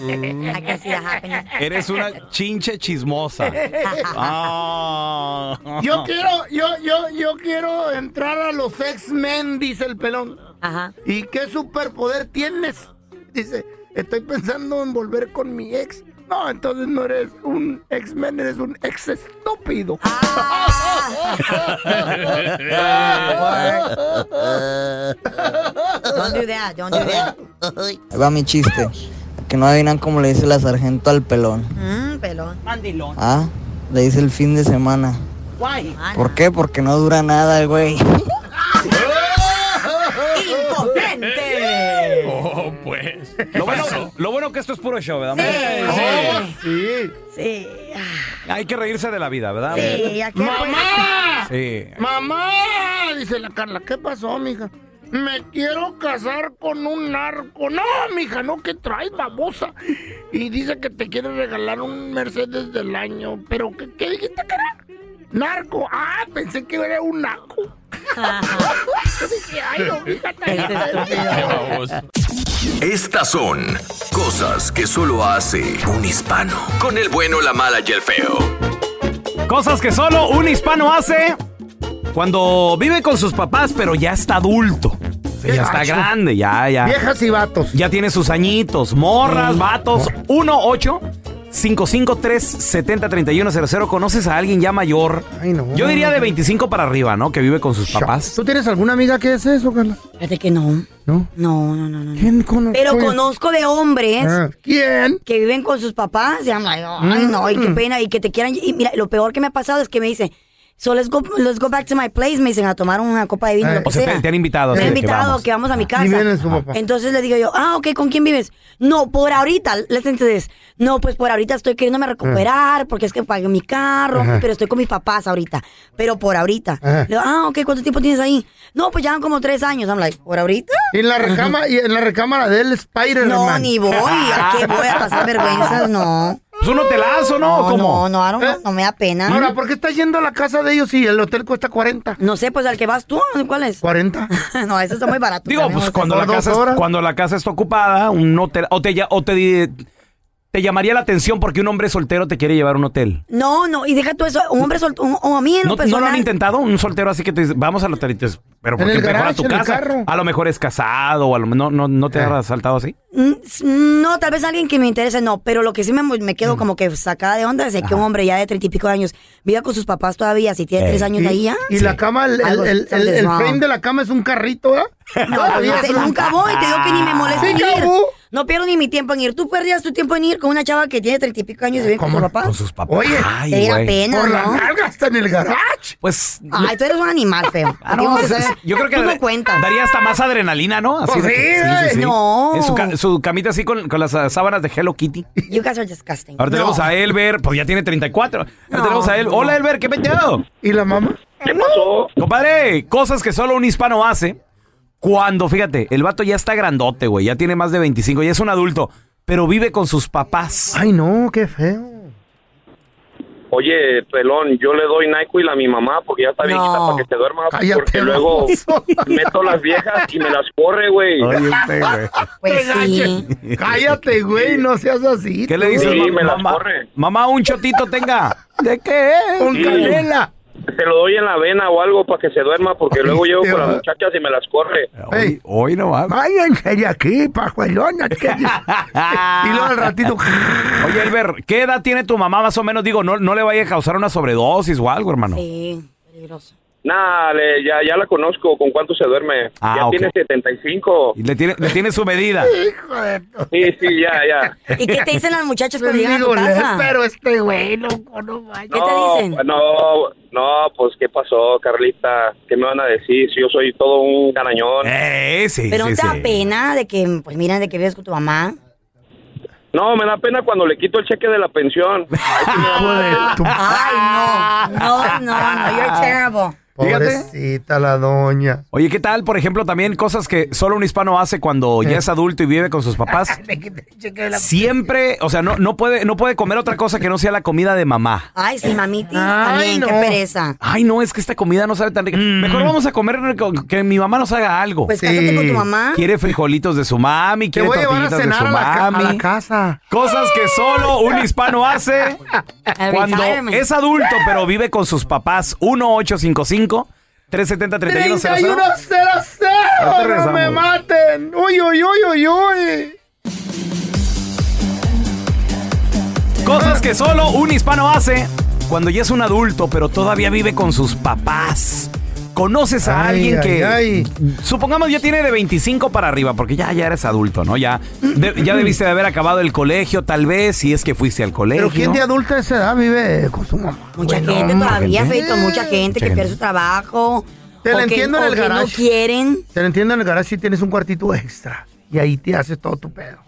Speaker 4: I can see that happening.
Speaker 2: Eres una
Speaker 4: [LAUGHS]
Speaker 2: chinche chismosa. Ah.
Speaker 3: Yo quiero, yo, yo, yo quiero entrar a los X-Men, dice el pelón.
Speaker 4: Ajá.
Speaker 3: ¿Y qué superpoder tienes? Dice, estoy pensando en volver con mi ex. No, entonces no eres un X-Men, eres un ex estúpido.
Speaker 4: Ah.
Speaker 3: [LAUGHS]
Speaker 4: Don't do that, don't do that.
Speaker 15: Ahí va mi chiste. Que no adivinan cómo le dice la sargento al pelón.
Speaker 4: Mmm, pelón. Mandilón.
Speaker 15: Ah, le dice el fin de semana.
Speaker 4: Guay.
Speaker 15: ¿Por qué? Porque no dura nada el güey.
Speaker 4: ¡Impotente!
Speaker 2: Oh, pues. Lo bueno, lo bueno que esto es puro show, ¿verdad?
Speaker 4: Sí.
Speaker 2: Oh, sí.
Speaker 4: Sí.
Speaker 2: Hay que reírse de la vida, ¿verdad?
Speaker 4: Sí, aquí. pues.
Speaker 3: ¡Mamá!
Speaker 2: Sí.
Speaker 3: ¡Mamá! Dice la Carla, ¿qué pasó, mija? Me quiero casar con un narco. No, mija, no, ¿qué traes, babosa? Y dice que te quiere regalar un Mercedes del año. ¿Pero qué, qué dijiste, cara? Narco. Ah, pensé que era un
Speaker 4: [LAUGHS]
Speaker 3: narco. Yo dije, ay, no, mija, tan-
Speaker 13: Este estúpido.
Speaker 12: Estas son cosas que solo hace un hispano. Con el bueno, la mala y el feo.
Speaker 2: Cosas que solo un hispano hace cuando vive con sus papás, pero ya está adulto. O sea, ya está
Speaker 3: gacho.
Speaker 2: grande, ya, ya.
Speaker 3: Viejas y vatos.
Speaker 2: Ya tiene sus añitos, morras, vatos. 1 8 553 70 31 00. ¿Conoces a alguien ya mayor? Yo diría de 25 para arriba, ¿no? Que vive con sus papás.
Speaker 3: ¿Tú tienes alguna amiga que es eso, Carla?
Speaker 4: Fíjate que no.
Speaker 3: ¿No?
Speaker 4: No, no, no, no.
Speaker 3: ¿Quién conoce?
Speaker 4: Pero conozco de hombres.
Speaker 3: Mm, Ah, ¿Quién?
Speaker 4: Que viven con sus papás. Y I'm like, ay,
Speaker 3: Mm,
Speaker 4: no, y qué
Speaker 3: mm.
Speaker 4: pena. Y que te quieran. Y mira, lo peor que me ha pasado es que me dicen, so let's go, let's go back to my place. Me dicen a tomar una copa de vino. lo que
Speaker 2: O sea,
Speaker 4: sea.
Speaker 2: te, te han invitado.
Speaker 4: Me
Speaker 2: así
Speaker 4: han
Speaker 2: de que
Speaker 4: invitado
Speaker 2: vamos.
Speaker 4: que vamos a mi casa.
Speaker 2: Y viene su papá.
Speaker 4: Entonces le digo yo, ah, ok, ¿con quién vives? No, por ahorita, listen to this. No, pues por ahorita estoy
Speaker 3: Ah.
Speaker 4: queriéndome recuperar porque es que pagué mi carro,
Speaker 13: Ajá.
Speaker 4: pero estoy con mis papás ahorita. Pero por ahorita.
Speaker 3: Ajá.
Speaker 4: Le digo, ah, ok, ¿cuánto tiempo tienes ahí? No, pues ya van como tres años. I'm like, ¿por ahorita?
Speaker 3: En la recama, y en la recámara del Spider-Man.
Speaker 4: No, ni voy. ¿A qué
Speaker 3: [LAUGHS]
Speaker 4: voy a pasar vergüenzas? No.
Speaker 3: Pues
Speaker 2: ¿Es un hotelazo, no?
Speaker 4: No,
Speaker 3: ¿Cómo? ¿Eh?
Speaker 4: no, no, I don't know, no me da pena.
Speaker 3: Ahora, ¿por qué estás yendo a la casa de ellos si el hotel cuesta 40?
Speaker 4: No sé, pues al que vas tú, ¿cuál es?
Speaker 3: 40.
Speaker 4: [LAUGHS] no, eso está muy barato.
Speaker 2: Digo,
Speaker 4: también,
Speaker 2: pues
Speaker 4: o sea,
Speaker 2: cuando la,
Speaker 4: dos
Speaker 2: casa,
Speaker 4: horas.
Speaker 2: cuando la casa está ocupada, un hotel. O te, lla- o te, di- te llamaría la atención porque un hombre soltero te quiere llevar a un hotel.
Speaker 4: No, no, y deja tú eso, un hombre soltero, o a mí en lo
Speaker 2: ¿No, no
Speaker 4: personal.
Speaker 2: lo han intentado? Un soltero así que te dice, vamos al hotel. y te dice, Pero
Speaker 3: En
Speaker 2: porque
Speaker 3: el
Speaker 2: mejor a
Speaker 3: garage,
Speaker 2: tu
Speaker 3: en el
Speaker 2: casa.
Speaker 3: carro. Eh.
Speaker 2: A lo mejor es casado o a lo no, no, no te has saltado así.
Speaker 4: Mm, s- No, tal vez alguien que me interese, no, pero lo que sí me, me
Speaker 3: Mm.
Speaker 4: quedo como que sacada de onda es de que un hombre ya de treinta y pico de años viva con sus papás todavía, si tiene tres años
Speaker 3: Eh, y,
Speaker 4: ahí ya.
Speaker 3: Y la cama, el, el-
Speaker 4: Algo-
Speaker 3: el- el-
Speaker 4: something's
Speaker 3: el
Speaker 4: wrong.
Speaker 3: frame de la cama es un carrito, ¿verdad?
Speaker 4: No, no,
Speaker 3: Todavía
Speaker 4: no sé,
Speaker 3: es un- Ah.
Speaker 4: nunca voy, te digo que ni me
Speaker 2: Ah.
Speaker 4: molesta
Speaker 3: Sí,
Speaker 4: en ir.
Speaker 3: cabrón.
Speaker 4: No pierdo ni mi tiempo en ir. Tú perdías tu tiempo en ir con una chava que tiene treinta y pico años y vive con su papá.
Speaker 2: Con sus papás.
Speaker 3: Oye,
Speaker 2: Ay,
Speaker 4: Te da
Speaker 2: güey.
Speaker 4: pena,
Speaker 3: por la
Speaker 4: ¿no?
Speaker 3: nalga está en el garage.
Speaker 2: Pues.
Speaker 4: Ay, tú eres un animal
Speaker 2: [LAUGHS]
Speaker 4: feo.
Speaker 2: Ah, no,
Speaker 4: Digo, o
Speaker 2: pues,
Speaker 4: sea,
Speaker 2: yo creo que
Speaker 4: ¿eh? tú
Speaker 2: dar-
Speaker 4: no cuentas.
Speaker 2: daría hasta más adrenalina, ¿no?
Speaker 4: Pues
Speaker 2: de
Speaker 4: sí,
Speaker 2: que-
Speaker 4: güey. No.
Speaker 2: En su, ca- su camita así con, con las ah, sábanas de Hello Kitty.
Speaker 4: You guys are disgusting.
Speaker 2: Ahora tenemos a Elber, pues ya tiene 34. Ahora tenemos a Elber. Hola, Elber, ¿qué penteado?
Speaker 3: ¿Y la mamá?
Speaker 2: ¿Qué pasó? Compadre, cosas que solo un hispano hace cuando, fíjate, el vato ya está grandote, güey, ya tiene más de 25, ya es un adulto, pero vive con sus papás.
Speaker 3: Ay, no, qué feo.
Speaker 16: Oye, pelón, yo le doy Nyquil a mi mamá porque ya está viejita para que se duerma. porque luego meto las viejas y me las corre, güey. [LAUGHS]
Speaker 2: Oye, usted, güey.
Speaker 4: Pues
Speaker 3: sí. Cállate, güey, no seas así.
Speaker 2: ¿Qué le
Speaker 3: tú.
Speaker 2: dices, ma- mamá? [LAUGHS] Mamá, un
Speaker 3: [LAUGHS]
Speaker 2: chotito tenga. ¿De qué es?
Speaker 3: Con
Speaker 16: Sí.
Speaker 3: canela.
Speaker 16: Se lo doy en la vena o algo para que se duerma porque luego llego con las muchachas y me las corre.
Speaker 2: Hoy, hoy no va.
Speaker 3: Váyanse de aquí, pajuelona. ¿qué
Speaker 4: [LAUGHS]
Speaker 3: dices? y luego al ratito.
Speaker 2: [LAUGHS] Oye, Elber, ¿qué edad tiene tu mamá más o menos? Digo, no, no le vaya a causar una sobredosis o algo, hermano.
Speaker 4: Sí, peligroso.
Speaker 16: Nah, le- ya, ya la conozco. ¿Con cuánto se duerme?
Speaker 2: Ah,
Speaker 16: ya
Speaker 2: ok.
Speaker 16: tiene 75.
Speaker 2: Y le tiene, le tiene su medida.
Speaker 16: Sí, sí, ya, ya.
Speaker 4: ¿Y qué te dicen las muchachas cuando llegan a tu casa?
Speaker 3: Pero este güey, loco, no
Speaker 4: ¿Qué te dicen?
Speaker 16: No, no, pues, ¿qué pasó, Carlita? ¿Qué me van a decir si yo soy todo un garañón?
Speaker 2: Eh, sí,
Speaker 4: Pero no te da pena de que, pues mira, de que vives con tu mamá.
Speaker 16: No, me da
Speaker 6: [LAUGHS]
Speaker 16: pena cuando le quito el cheque de la pensión.
Speaker 4: Ay, no, no, no, no,
Speaker 3: [LAUGHS]
Speaker 4: you're terrible.
Speaker 3: Pobrecita la doña.
Speaker 2: Oye, ¿qué tal, por ejemplo, también cosas que solo un hispano hace cuando ya es adulto y vive con sus papás? Siempre, o sea, no, no, puede, no puede comer otra cosa que no sea la comida de mamá.
Speaker 4: Ay, sí, mamitis,
Speaker 3: Ay,
Speaker 4: también,
Speaker 3: no. Mm.
Speaker 4: qué pereza.
Speaker 2: Eh. Ay, no, es que esta comida no sabe tan rica. Mejor vamos a comer co- que mi mamá nos haga algo.
Speaker 4: Pues cásate con tu mamá.
Speaker 2: Quiere frijolitos de su mami,
Speaker 3: Te
Speaker 2: quiere
Speaker 3: voy a llevar a
Speaker 2: tortillitas de
Speaker 3: cenar
Speaker 2: su
Speaker 3: a la, ca- a
Speaker 2: mami.
Speaker 3: la casa.
Speaker 2: Cosas que solo un hispano
Speaker 4: [LAUGHS]
Speaker 2: hace cuando es adulto, pero vive con sus papás. 1855 370 3100 Ahorita
Speaker 3: 3100, no
Speaker 2: regresamos.
Speaker 3: me maten. Uy, uy, uy, uy, uy.
Speaker 2: Cosas que solo un hispano hace cuando ya es un adulto, pero todavía vive con sus papás. ¿Conoces a
Speaker 3: Ay,
Speaker 2: alguien
Speaker 3: ay,
Speaker 2: que,
Speaker 3: ay.
Speaker 2: supongamos ya tiene de 25 para arriba, porque ya, ya eres adulto, ¿no? Ya, de- ya debiste de haber acabado el colegio, tal vez, si es que fuiste al colegio.
Speaker 3: Pero ¿quién de adulta de esa edad vive con su mamá?
Speaker 4: Mucha
Speaker 3: Bueno,
Speaker 4: gente
Speaker 3: mucha
Speaker 4: todavía,
Speaker 3: gente.
Speaker 4: Feito, mucha gente
Speaker 3: Mucha
Speaker 4: que
Speaker 3: gente.
Speaker 4: pierde su trabajo.
Speaker 3: Te la
Speaker 4: o que-
Speaker 3: entiendo en
Speaker 4: o
Speaker 3: el
Speaker 4: que
Speaker 3: garage.
Speaker 4: no quieren.
Speaker 3: Te lo entiendo en el garage si tienes un cuartito extra. Y ahí te haces todo tu pedo.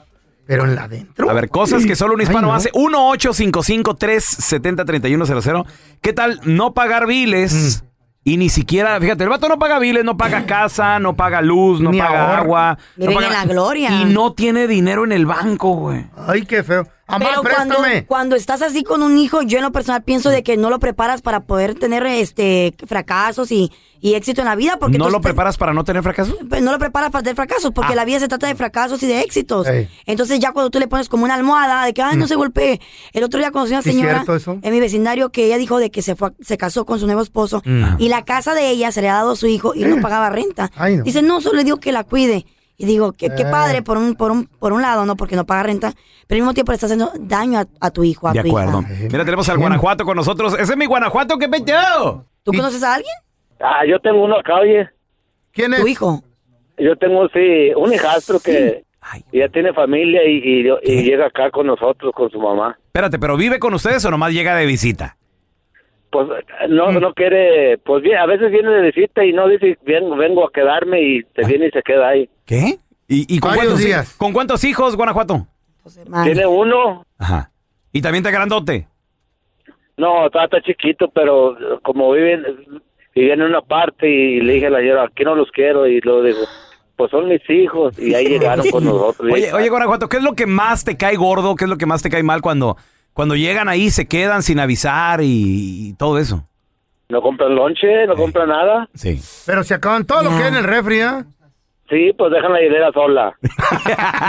Speaker 3: Pero en la adentro.
Speaker 2: A ver, cosas que solo un
Speaker 3: Ay,
Speaker 2: hispano
Speaker 3: no.
Speaker 2: hace. 1-855-370-3100. ¿Qué tal no pagar
Speaker 3: Mm.
Speaker 2: biles? Y ni siquiera, fíjate, el vato no paga biles, no paga casa, no paga luz, no
Speaker 3: Ni
Speaker 2: paga
Speaker 3: ahorra.
Speaker 2: agua. no
Speaker 4: Viven
Speaker 2: paga-
Speaker 4: en la gloria.
Speaker 2: Y no tiene dinero en el banco, güey.
Speaker 3: Ay, qué feo. Amá,
Speaker 4: Pero cuando,
Speaker 3: préstame.
Speaker 4: cuando estás así con un hijo, yo en lo personal pienso de que no lo preparas para poder tener este fracasos y, y éxito en la vida. Porque
Speaker 17: ¿No
Speaker 4: tú
Speaker 17: lo preparas para no tener fracaso?
Speaker 4: pues, no lo preparas para tener fracasos, porque la vida se trata de fracasos y de éxitos.
Speaker 17: Ah. Ey.
Speaker 4: Entonces ya cuando tú le pones como una almohada de que, ay, no
Speaker 17: Mm.
Speaker 4: se golpee. El otro día conocí a una
Speaker 17: ¿Sí es
Speaker 4: señora
Speaker 17: cierto eso?
Speaker 4: en mi vecindario que ella dijo de que se fue, a- se casó con su nuevo esposo
Speaker 17: Mm. Eh.
Speaker 4: y la casa de ella se le ha dado a su hijo y no pagaba renta.
Speaker 17: Ay, no.
Speaker 4: Dice, no, solo le digo que la cuide. Y digo, qué, qué
Speaker 17: Eh.
Speaker 4: padre por un, por, un, por un lado, ¿no? Porque no paga renta, pero al mismo tiempo le está haciendo daño a, a tu hijo, a
Speaker 2: De
Speaker 4: tu
Speaker 2: acuerdo.
Speaker 4: hija.
Speaker 2: Mira, tenemos al Guanajuato con nosotros. Ese es mi Guanajuato, qué peteo.
Speaker 4: ¿Tú conoces a alguien?
Speaker 18: Ah, yo tengo uno acá, oye.
Speaker 3: ¿Quién
Speaker 4: es? Tu hijo.
Speaker 18: Yo tengo, sí, un hijastro que ya tiene familia y, y yo- y llega acá con nosotros, con su mamá.
Speaker 2: Espérate, pero vive con ustedes o nomás llega de visita.
Speaker 18: Pues
Speaker 2: Mm.
Speaker 18: no, no quiere, pues bien, a veces viene de visita y no dice, vengo, vengo a quedarme y se viene y se queda ahí.
Speaker 2: ¿Qué? ¿Y, y con,
Speaker 18: Varios
Speaker 2: cuántos, hi-
Speaker 18: días.
Speaker 2: con cuántos hijos, Guanajuato?
Speaker 18: Tiene uno,
Speaker 2: Ajá. ¿Y también está grandote?
Speaker 18: no, está, está chiquito, pero como viven, viven en una parte y le dije a la señora, aquí no los quiero y luego digo, pues son mis hijos y ahí llegaron con nosotros.
Speaker 2: Oye, oye, Guanajuato, ¿qué es lo que más te cae gordo? ¿Qué es lo que más te cae mal cuando, cuando llegan ahí, se quedan sin avisar y, y todo eso?
Speaker 18: No compran lonche, no compran nada.
Speaker 2: Sí.
Speaker 3: Pero se acaban todo lo que hay en el refri, ¿ah?
Speaker 18: Sí, pues dejan la hilera sola.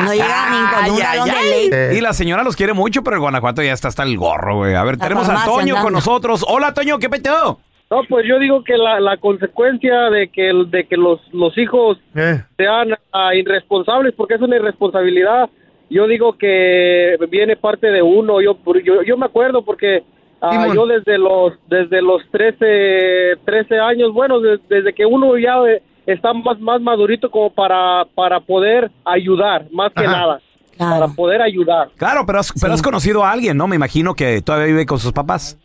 Speaker 4: No
Speaker 17: [LAUGHS]
Speaker 4: llega ni con un galón de leche.
Speaker 2: Y la señora los quiere mucho, pero el Guanajuato ya está hasta el gorro, güey. A ver,
Speaker 4: La
Speaker 2: tenemos a
Speaker 4: farmacia
Speaker 2: Toño
Speaker 4: andando.
Speaker 2: con nosotros. Hola, Toño, ¿qué peteo?
Speaker 19: No, pues yo digo que la, la consecuencia de que, el- de que los, los hijos sean ah, irresponsables, porque es una irresponsabilidad, yo digo que viene parte de uno. Yo, yo, yo me acuerdo porque ah,
Speaker 20: Simón.
Speaker 19: yo desde los, desde los 13, 13 años, bueno, de- desde que uno ya eh, está más, más madurito como para, para poder ayudar, más que nada, para poder ayudar.
Speaker 2: Claro, pero has, pero has conocido a alguien, ¿no? Me imagino que todavía vive con sus papás.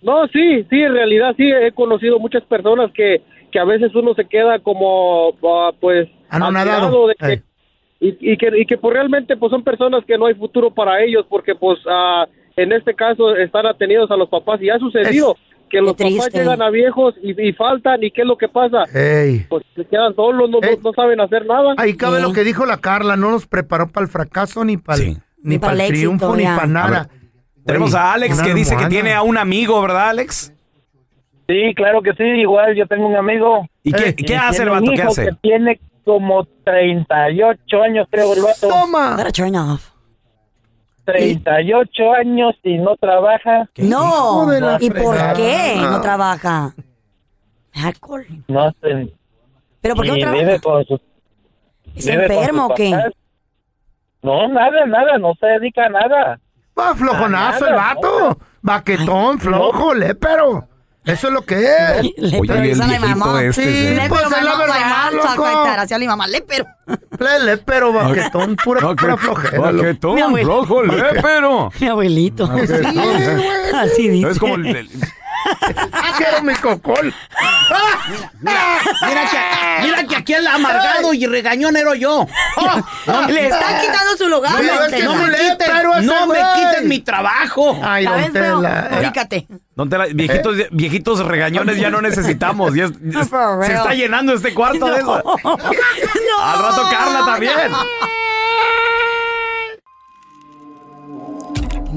Speaker 19: No, sí, sí, en realidad sí he conocido muchas personas que, que a veces uno se queda como, ah, pues,
Speaker 3: Anonadado.
Speaker 19: admirado de que-
Speaker 3: Eh.
Speaker 19: y, y que, y que pues, realmente pues son personas que no hay futuro para ellos porque pues ah, en este caso están atenidos a los papás y ha sucedido que los papás
Speaker 3: triste.
Speaker 19: llegan a viejos y, y faltan y qué es lo que pasa.
Speaker 3: Ey.
Speaker 19: Pues se quedan solos, no, no- no saben hacer nada.
Speaker 3: Eh. Ahí cabe lo que dijo la Carla, no nos preparó para el fracaso ni para ni
Speaker 19: Ni
Speaker 3: para
Speaker 19: para
Speaker 3: el
Speaker 19: el éxito,
Speaker 3: triunfo ni
Speaker 19: ya.
Speaker 3: para
Speaker 2: A
Speaker 3: nada.
Speaker 2: Tenemos a Alex
Speaker 3: una
Speaker 2: que dice que
Speaker 3: almohada.
Speaker 2: tiene a un amigo, ¿verdad, Alex?
Speaker 19: Sí, claro que sí, igual yo tengo un amigo.
Speaker 2: ¿Y
Speaker 18: Eh,
Speaker 2: qué- qué hace
Speaker 19: tiene
Speaker 2: el
Speaker 19: un
Speaker 2: vato? ¿Qué
Speaker 19: hijo
Speaker 2: hace?
Speaker 19: que tiene como 38 años, creo, el vato.
Speaker 3: Toma.
Speaker 4: Gotta turn off.
Speaker 19: 38 años y no trabaja.
Speaker 4: No.
Speaker 19: Hijo de la
Speaker 4: ¿Y por
Speaker 19: fregada.
Speaker 4: qué no trabaja? Alcohol.
Speaker 19: Ah. No sé.
Speaker 4: ¿Pero por qué no
Speaker 19: Y
Speaker 4: trabaja?
Speaker 19: vive con sus-
Speaker 4: ¿Es
Speaker 19: vive con
Speaker 4: enfermo
Speaker 19: sus
Speaker 4: o qué?
Speaker 19: papás. No, nada, nada, no se dedica a nada.
Speaker 3: Va Ah, flojonazo
Speaker 19: A
Speaker 3: el
Speaker 19: nada,
Speaker 3: vato. Baquetón, flojo, lépero. Eso es lo que es.
Speaker 2: Oye, y el viejito este,
Speaker 3: Sí,
Speaker 2: ¿eh?
Speaker 3: pues es la verdad, loco.
Speaker 4: Así a mi mamá, lépero.
Speaker 3: Le- Lépero, Pues, baquetón, pura, [LAUGHS] pura flojera. loco.
Speaker 2: Baquetón, flojo, lépero.
Speaker 4: Mi abuelito.
Speaker 3: Sí, güey.
Speaker 4: Así dice.
Speaker 2: Es como el- el-
Speaker 3: Quiero mi cocol.
Speaker 20: Mira, mira que, mira que aquí el amargado y regañón era yo. Oh, [LAUGHS] no-
Speaker 4: Le están quitando su lugar,
Speaker 20: No,
Speaker 4: don
Speaker 20: me-
Speaker 4: Tela.
Speaker 20: no me,
Speaker 4: Está
Speaker 20: quiten,
Speaker 4: entero ese
Speaker 20: no me
Speaker 4: güey.
Speaker 20: quiten mi trabajo.
Speaker 3: Ay,
Speaker 4: ¿Sabes, feo? Ubícate.
Speaker 2: Don Tela, viejitos,
Speaker 20: ¿Eh?
Speaker 2: viejitos regañones ya no necesitamos. ya es- [LAUGHS] es-
Speaker 4: for
Speaker 2: se
Speaker 4: real.
Speaker 2: está llenando este cuarto de
Speaker 20: [LAUGHS]
Speaker 2: eso. Al rato Carla también.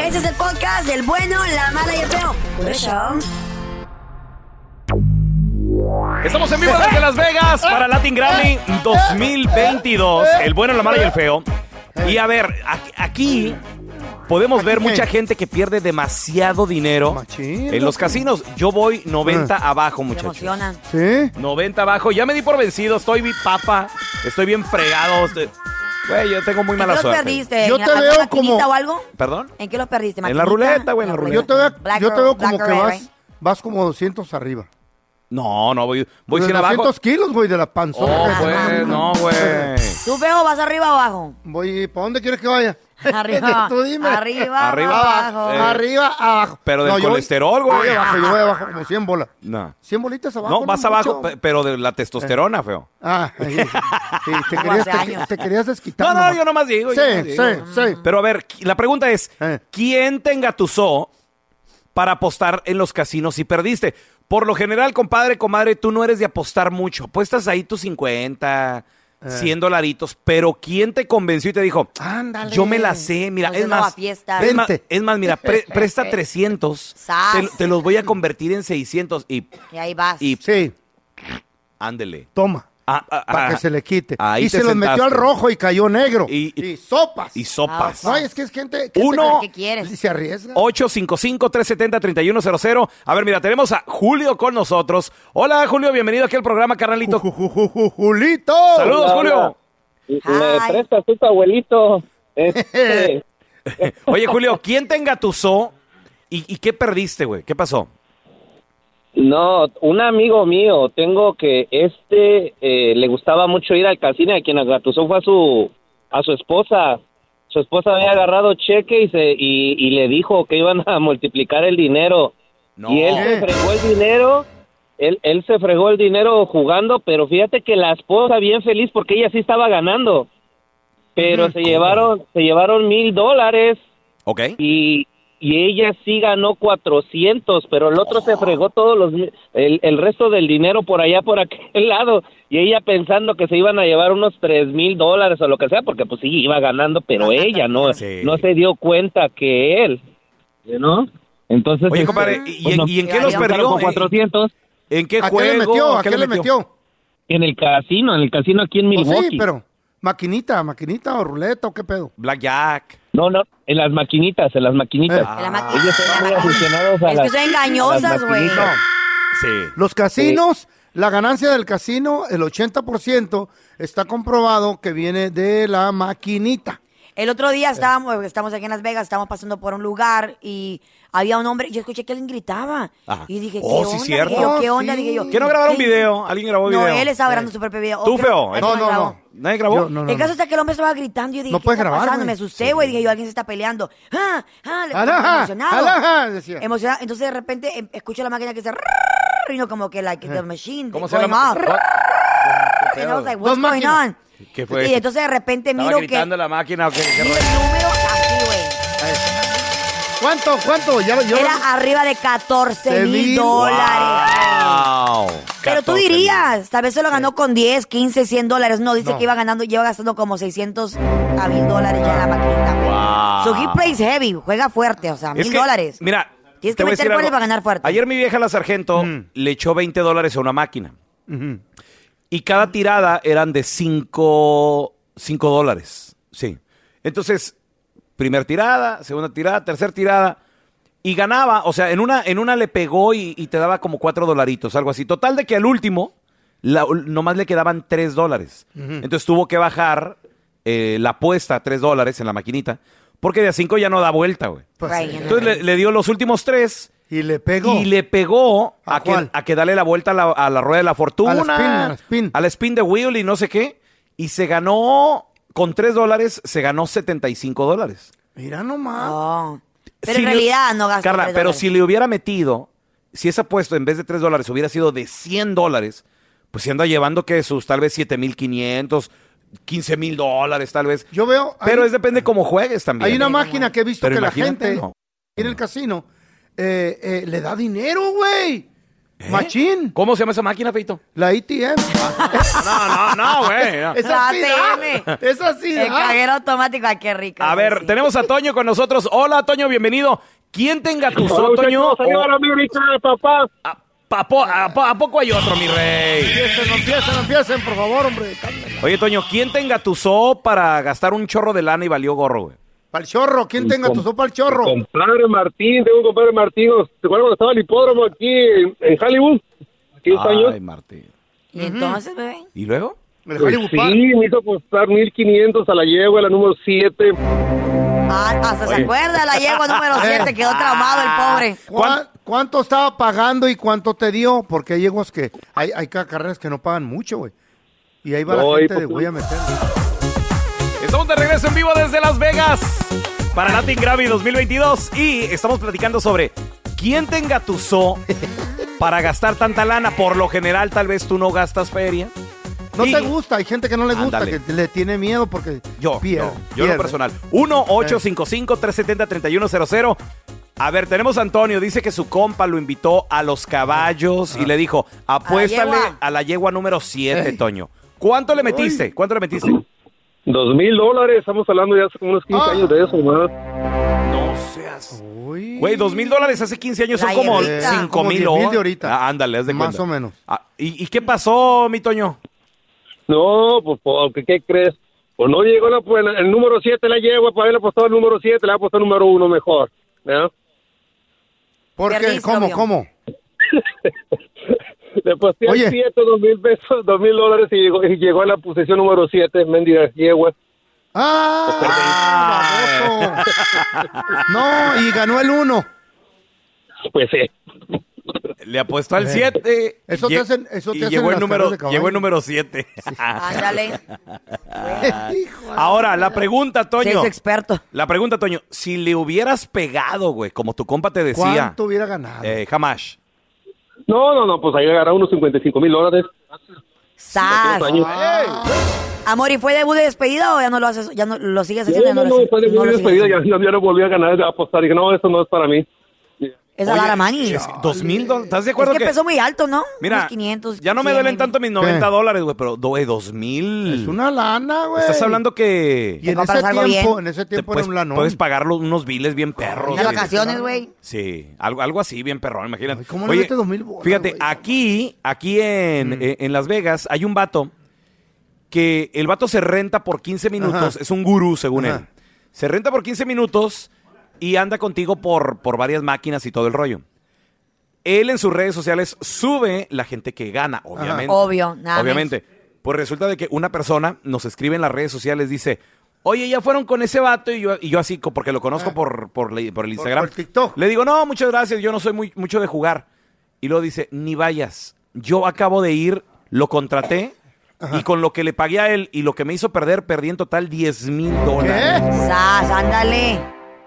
Speaker 4: Este es el podcast del bueno, la mala y el feo. Por eso.
Speaker 2: Estamos en vivo desde Las Vegas para Latin Grammy 2022. El bueno, la mala y el feo. Y a ver, a- aquí podemos ver mucha gente que pierde demasiado dinero en los casinos. Yo voy 90
Speaker 3: Ah.
Speaker 2: abajo, muchachos.
Speaker 4: Emocionan.
Speaker 2: 90 abajo. Ya me di por vencido. Estoy bien papa. Estoy bien fregado. estoy- Güey, yo tengo muy
Speaker 4: ¿En qué
Speaker 2: mala
Speaker 4: los
Speaker 2: suerte.
Speaker 4: perdiste?
Speaker 3: Yo
Speaker 4: ¿En
Speaker 3: te
Speaker 4: alguna
Speaker 3: veo
Speaker 4: maquinita o
Speaker 3: como-
Speaker 4: algo?
Speaker 2: ¿Perdón?
Speaker 4: ¿En qué los perdiste?
Speaker 2: En la ruleta, güey, en la ruleta.
Speaker 3: Yo te veo,
Speaker 4: Black
Speaker 3: yo te veo
Speaker 4: Girl,
Speaker 3: como
Speaker 4: Black
Speaker 3: que
Speaker 4: Girl, eh.
Speaker 3: vas,
Speaker 4: right?
Speaker 3: vas como 200 arriba.
Speaker 2: No, no, voy, voy
Speaker 3: De
Speaker 2: sin abajo.
Speaker 3: 200 kilos, güey, de la panzona.
Speaker 4: Ah,
Speaker 2: Oh, güey, no, güey.
Speaker 4: ¿Tú, feo, vas arriba o abajo?
Speaker 3: eh. Voy, ¿para dónde quieres que vaya?
Speaker 4: [LAUGHS] Arriba.
Speaker 3: [LAUGHS] Tú dime.
Speaker 4: Arriba,
Speaker 2: Arriba,
Speaker 4: abajo.
Speaker 2: eh.
Speaker 3: Arriba, abajo.
Speaker 2: Pero del
Speaker 3: No, yo voy-
Speaker 2: colesterol,
Speaker 3: Yo voy
Speaker 2: güey.
Speaker 3: abajo, yo voy abajo como 100 bolas.
Speaker 2: No.
Speaker 3: 100 bolitas abajo.
Speaker 2: No, vas
Speaker 3: mucho.
Speaker 2: abajo, pe- pero de la testosterona, feo.
Speaker 3: Ah, sí, sí, te,
Speaker 2: Como
Speaker 3: querías,
Speaker 2: hace
Speaker 3: te,
Speaker 2: años.
Speaker 3: te querías desquitar.
Speaker 2: No, no,
Speaker 3: nomás.
Speaker 2: yo nomás digo.
Speaker 3: Sí,
Speaker 2: yo nomás
Speaker 3: sí,
Speaker 2: digo. Mm.
Speaker 3: sí. Eh.
Speaker 2: Pero a ver, qui- la pregunta es, ¿quién te engatusó para apostar en los casinos si perdiste? Por lo general, compadre, comadre, tú no eres de apostar mucho. Apuestas ahí tus 50,
Speaker 3: Eh.
Speaker 2: 100 dolaritos, pero ¿quién te convenció y te dijo,
Speaker 3: Ándale.
Speaker 2: yo me la sé, mira,
Speaker 4: Nos
Speaker 2: es
Speaker 4: llevaba
Speaker 2: más,
Speaker 4: a fiestas.
Speaker 2: es más,
Speaker 4: Vente.
Speaker 2: es más, mira, pre- presta 300,
Speaker 4: Sas.
Speaker 2: te, te los voy a convertir en 600 y,
Speaker 4: Y ahí vas.
Speaker 2: y
Speaker 3: sí,
Speaker 2: ándele.
Speaker 3: toma.
Speaker 2: Ah, ah,
Speaker 3: Para
Speaker 2: ah,
Speaker 3: que se le quite.
Speaker 2: ahí
Speaker 3: y
Speaker 2: te
Speaker 3: se los metió al
Speaker 2: sentaste.
Speaker 3: rojo y cayó negro.
Speaker 2: Y-
Speaker 3: Y sopas.
Speaker 2: Y sopas.
Speaker 3: No, es que es gente. gente
Speaker 2: Uno-
Speaker 3: que Se arriesga.
Speaker 2: 855-370-3100. A ver, mira, tenemos a Julio con nosotros. Hola, Julio, bienvenido aquí al programa, carnalito.
Speaker 3: Julito.
Speaker 2: Saludos,
Speaker 21: Hola,
Speaker 2: Julio.
Speaker 21: hola. Me prestas tú tu abuelito. Este,
Speaker 2: Oye, Julio, ¿quién te engatusó y, y qué perdiste, güey? ¿Qué pasó?
Speaker 21: no, un amigo mío, tengo que este eh, le gustaba mucho ir al casino y a quien agratusó fue a su a su esposa. Su esposa había agarrado cheque y se y, y le dijo que iban a [LAUGHS] multiplicar el dinero. Y él se fregó el dinero. Él, él se fregó el dinero jugando, pero fíjate que la esposa bien feliz porque ella sí estaba ganando. Pero se llevaron se llevaron mil dólares
Speaker 2: Ok.
Speaker 21: y, y ella sí ganó 400, pero el otro
Speaker 2: Oh.
Speaker 21: se fregó todos los mi- el, el resto del dinero por allá por aquel [LAUGHS] lado y ella pensando que se iban a llevar unos tres mil dólares o lo que sea porque pues sí iba ganando,
Speaker 2: [LAUGHS]
Speaker 21: pero ella no no se dio cuenta que él, ¿no? Entonces
Speaker 2: Oye,
Speaker 21: este,
Speaker 2: compadre, ¿y,
Speaker 21: pues,
Speaker 2: y-
Speaker 21: nos
Speaker 2: y en qué los
Speaker 21: quedaron
Speaker 2: perdió?
Speaker 21: con 400.
Speaker 2: ¿En qué
Speaker 21: ¿A qué
Speaker 2: juego?
Speaker 21: le metió? Oh, ¿A qué le En el casino, en el casino aquí en
Speaker 3: Pues
Speaker 21: Milwaukee.
Speaker 3: sí, pero maquinita, maquinita o ruleta o qué pedo.
Speaker 2: Blackjack.
Speaker 21: No, no, en las maquinitas, en las maquinitas.
Speaker 3: Ah. En las
Speaker 21: Ellos son muy aficionados a
Speaker 3: Es que
Speaker 21: las-
Speaker 3: son
Speaker 21: a las
Speaker 3: engañosas, güey.
Speaker 21: maquinitas.
Speaker 3: Los casinos, la ganancia del casino, el 80% está comprobado que viene de la maquinita.
Speaker 4: El otro día estábamos, estamos aquí en Las Vegas, estábamos pasando por un lugar y había un hombre, yo escuché que alguien gritaba.
Speaker 2: Ajá.
Speaker 4: Y dije,
Speaker 2: Oh,
Speaker 4: ¿qué
Speaker 2: sí,
Speaker 4: onda?
Speaker 2: cierto.
Speaker 4: Dije yo,
Speaker 2: Oh,
Speaker 4: ¿qué onda? Dije yo.
Speaker 2: ¿Quién no grabaron
Speaker 4: ¿qué?
Speaker 2: video? ¿Alguien grabó video? Eh.
Speaker 4: No, él estaba grabando su propio video.
Speaker 2: ¿Tú,
Speaker 4: Oh, creo-
Speaker 2: feo?
Speaker 4: alguien más grabó.
Speaker 2: ¿Nadie grabó?
Speaker 3: Yo- no, no,
Speaker 4: el caso está que el hombre estaba gritando y yo dije,
Speaker 3: No
Speaker 4: ¿qué
Speaker 3: puedes
Speaker 4: está
Speaker 3: grabar,
Speaker 4: pasando?
Speaker 3: güey.
Speaker 4: Me asusté, güey. Dije yo, alguien se está peleando. ¡Ah! ¡Ah! Le-
Speaker 3: ¡Alaja!
Speaker 4: emocionado.
Speaker 3: ¡Alaja! decía.
Speaker 4: Emocionado. Entonces, de repente, em- escucho la máquina que dice... Y no como que, like, the machine.
Speaker 2: ¿Cómo se
Speaker 4: going
Speaker 2: llama?
Speaker 4: off. And I was like,
Speaker 2: Dos
Speaker 4: what's going
Speaker 2: máquinas.
Speaker 4: on?
Speaker 2: ¿Qué fue?
Speaker 4: Y entonces, de repente,
Speaker 2: Estaba
Speaker 4: miro que...
Speaker 2: gritando la máquina. ¿o qué? ¿Qué rollo?
Speaker 3: ¿Cuánto? ¿Cuánto? Ya, lo- yo
Speaker 4: Era
Speaker 3: lo-
Speaker 4: arriba de 14 mil
Speaker 3: mil.
Speaker 4: dólares.
Speaker 2: Wow.
Speaker 4: Pero tú
Speaker 2: 14,000.
Speaker 4: dirías, tal vez se lo ganó con 10, 15, 100 dólares. No, dice
Speaker 2: No.
Speaker 4: que iba ganando, lleva gastando como 600 a mil dólares ya en la maquinita.
Speaker 2: Wow.
Speaker 4: So he plays heavy, juega fuerte, o sea,
Speaker 2: Es
Speaker 4: mil
Speaker 2: que,
Speaker 4: dólares.
Speaker 2: Mira,
Speaker 4: Tienes que
Speaker 2: te voy a
Speaker 4: meter
Speaker 2: decir
Speaker 4: goles
Speaker 2: algo.
Speaker 4: para ganar fuerte.
Speaker 2: Ayer mi vieja la sargento le echó 20 dólares a una máquina. Y cada tirada eran de 5 cinco dólares. Sí. Entonces, primer tirada, segunda tirada, tercera tirada. Y ganaba, o sea, en una, en una le pegó y, y te daba como cuatro dolaritos, algo así. Total de que al último, la- nomás le quedaban tres dólares.
Speaker 5: Ujú.
Speaker 2: Entonces tuvo que bajar eh, la apuesta a tres dólares en la maquinita, porque de a cinco ya no da vuelta, güey. Entonces le, le dio los últimos tres.
Speaker 3: Y le pegó.
Speaker 2: Y le pegó a, que,
Speaker 3: cuál?
Speaker 2: a que dale la vuelta a la, a la rueda de la fortuna.
Speaker 3: A la spin, a la
Speaker 2: al spin de wheel y no sé qué. Y se ganó, con tres dólares, se ganó 75 dólares.
Speaker 3: Mira nomás.
Speaker 4: Pero en
Speaker 2: le-
Speaker 4: realidad no gastó
Speaker 2: Carla,
Speaker 4: tres
Speaker 2: pero
Speaker 4: dólares.
Speaker 2: si le hubiera metido, si esa apuesta en vez de 3 dólares hubiera sido de 100 dólares, pues se anda llevando que sus tal vez 7,500, 15,000 dólares tal vez.
Speaker 3: Yo veo...
Speaker 2: Pero es depende cómo juegues también.
Speaker 3: Hay una máquina que he visto
Speaker 2: Pero
Speaker 3: que la
Speaker 2: imagínate,
Speaker 3: gente
Speaker 2: no.
Speaker 3: en el casino eh, eh, le da dinero, güey. Machín.
Speaker 2: ¿Eh? ¿Cómo se llama esa máquina, Feito?
Speaker 3: La ATM.
Speaker 2: No, no, Ah, no,
Speaker 4: [LAUGHS]
Speaker 2: güey. no.
Speaker 3: Es
Speaker 4: La
Speaker 3: así, ¿ah?
Speaker 4: ATM.
Speaker 3: Es así,
Speaker 4: El
Speaker 3: ¿ah?
Speaker 4: cajero automático, ay, qué rico.
Speaker 2: A ver, tenemos a Toño con nosotros. Hola, Toño, bienvenido. ¿Quién te engatusó,
Speaker 5: Hola,
Speaker 2: Toño?
Speaker 5: muchachos, señora,
Speaker 2: papá. A, pa- po- a po- ¿a poco hay otro, mi
Speaker 3: [LAUGHS]
Speaker 2: rey?
Speaker 3: Empiecen, no empiecen, no empiecen, por favor, hombre.
Speaker 2: Oye, Toño, ¿quién te engatusó para gastar un chorro de lana y valió gorro, güey?
Speaker 3: Para el chorro, ¿quién tenga tu sopa al chorro?
Speaker 5: Compadre Martín, tengo un compadre Martín. ¿Te acuerdas cuando estaba el hipódromo aquí en, en Hollywood? 15 años.
Speaker 2: Ay, Martín.
Speaker 4: ¿Y entonces, bebé?
Speaker 2: ¿Y luego?
Speaker 5: Pues sí, me hizo apostar 1500 a la yegua, la número 7.
Speaker 4: Ah,
Speaker 3: Pues
Speaker 4: hasta se
Speaker 5: Oye.
Speaker 4: acuerda la yegua
Speaker 2: [LAUGHS]
Speaker 4: número 7, quedó traumado el pobre.
Speaker 3: ¿Cuán- ¿Cuánto estaba pagando y cuánto te dio? Porque hay yeguas que... Hay, hay ca- carreras que no pagan mucho, güey. Y ahí va
Speaker 2: pues, No,
Speaker 3: la
Speaker 2: ahí
Speaker 3: gente de
Speaker 2: porque-
Speaker 3: voy a meter.
Speaker 2: Estamos de regreso en vivo desde Las Vegas para Latin Grammy 2022 y estamos platicando sobre quién te engatusó para gastar tanta lana. Por lo general, tal vez tú no gastas feria.
Speaker 3: No
Speaker 2: Y-
Speaker 3: te gusta, hay gente que no le gusta,
Speaker 2: Ándale.
Speaker 3: que le tiene miedo porque...
Speaker 2: Yo,
Speaker 3: pierde,
Speaker 2: no, yo en
Speaker 3: pierde.
Speaker 2: lo personal. 1-855-370-3100. A ver, tenemos a Antonio. Dice que su compa lo invitó a los caballos
Speaker 3: Ah.
Speaker 2: y le dijo, apuéstale
Speaker 5: yegua.
Speaker 2: a la yegua número 7, Toño. ¿Cuánto le metiste? ¿Cuánto le metiste?
Speaker 5: Dos mil dólares, estamos hablando ya hace como unos 15 años de eso, más.
Speaker 2: No seas. Güey, dos mil dólares hace 15 años son
Speaker 5: La
Speaker 2: como
Speaker 5: hierbita.
Speaker 2: cinco
Speaker 5: Como
Speaker 2: mil
Speaker 5: 10,000
Speaker 2: o-
Speaker 5: de ahorita.
Speaker 2: Ah, ándale, haz de
Speaker 5: Más
Speaker 2: cuenta.
Speaker 5: o menos.
Speaker 2: Ah, ¿y, y qué pasó, mi Toño?
Speaker 5: No, pues, porque, ¿qué crees? Pues no llegó la, pues, el número 7 la yegua, pues, para haberle apostado el número 7, le ha apostado el número 1 mejor. ¿no?
Speaker 3: ¿Por qué?
Speaker 5: Perdiste,
Speaker 3: ¿Cómo,
Speaker 5: obvio.
Speaker 4: [LAUGHS]
Speaker 3: cómo?
Speaker 5: Le aposté al
Speaker 3: Oye.
Speaker 5: 7, 2 mil pesos, 2 mil dólares y llegó, y llegó a la posición número 7, mendiga yegua. Pues,
Speaker 3: ¡Ah! No, y ganó el uno.
Speaker 5: Pues sí.
Speaker 2: Le apostó al
Speaker 3: Eh,
Speaker 2: 7.
Speaker 3: eso te hacen- eso te
Speaker 2: y
Speaker 3: hacen
Speaker 2: llegó
Speaker 3: las
Speaker 2: el número
Speaker 3: carreras de caballo.
Speaker 2: Llegó el número 7. [LAUGHS]
Speaker 4: Ándale.
Speaker 2: Ahora, la pregunta,
Speaker 4: Se
Speaker 2: Toño.
Speaker 4: hizo experto.
Speaker 2: La pregunta, Toño. Si le hubieras pegado, güey, como tu compa te decía,
Speaker 3: ¿Cuánto hubiera ganado?
Speaker 2: eh, jamás.
Speaker 5: No, no, no, pues ahí agarró unos 55 mil dólares.
Speaker 4: ¡Sas!
Speaker 5: Años.
Speaker 4: Amor, ¿y fue debut de despedida o ya no lo haces, ya no lo sigues
Speaker 5: No,
Speaker 4: haciendo? ya
Speaker 5: no,
Speaker 4: lo
Speaker 5: no,
Speaker 4: sigues-
Speaker 5: fue de
Speaker 4: no
Speaker 5: muy
Speaker 4: lo sigues
Speaker 5: despedida, ya,
Speaker 4: haciendo?
Speaker 5: ya no volví a ganar, a apostar. Dije, no, eso no es para mí.
Speaker 4: Es a la mani.
Speaker 2: Es Dos mil dólares. ¿Estás de acuerdo?
Speaker 4: es que,
Speaker 2: que-
Speaker 4: empezó muy alto, ¿no?
Speaker 2: Mira,
Speaker 4: Unos 500.
Speaker 2: Ya no me
Speaker 4: 100,
Speaker 2: duelen
Speaker 4: maybe.
Speaker 2: tanto mis 90 dólares, güey, pero güey, dos mil.
Speaker 3: Es una lana, güey.
Speaker 2: Estás hablando que.
Speaker 3: Y en ese tiempo, en ese
Speaker 2: Te
Speaker 3: tiempo era
Speaker 2: puedes,
Speaker 3: un lanón.
Speaker 2: puedes pagar los- unos biles bien perros.
Speaker 4: Unas
Speaker 2: güey.
Speaker 4: vacaciones, güey.
Speaker 2: Sí, algo, algo así, bien perrón, imagínate.
Speaker 3: ¿Cómo le
Speaker 2: Oye,
Speaker 3: mete Este dos mil bolas?
Speaker 2: Fíjate, aquí, aquí en,
Speaker 3: Mm.
Speaker 2: eh, en Las Vegas hay un vato que el vato se renta por 15 minutos,
Speaker 3: Ajá.
Speaker 2: es un gurú según
Speaker 3: Ajá.
Speaker 2: él. Se renta por 15 minutos y anda contigo por, por varias máquinas y todo el rollo. Él en sus redes sociales sube la gente que gana, obviamente.
Speaker 4: Obvio, nada más.
Speaker 2: Obviamente. Pues resulta de que una persona nos escribe en las redes sociales, dice, oye, ya fueron con ese vato y yo, y yo así, co- porque lo conozco
Speaker 3: Ah.
Speaker 2: por, por, la- por el Instagram. Le digo, no, muchas gracias, yo no soy muy, mucho de jugar. Y luego dice, ni vayas, yo acabo de ir, lo contraté y con lo que le pagué a él y lo que me hizo perder, perdí en total 10 mil dólares.
Speaker 4: ¡Sas! Ándale.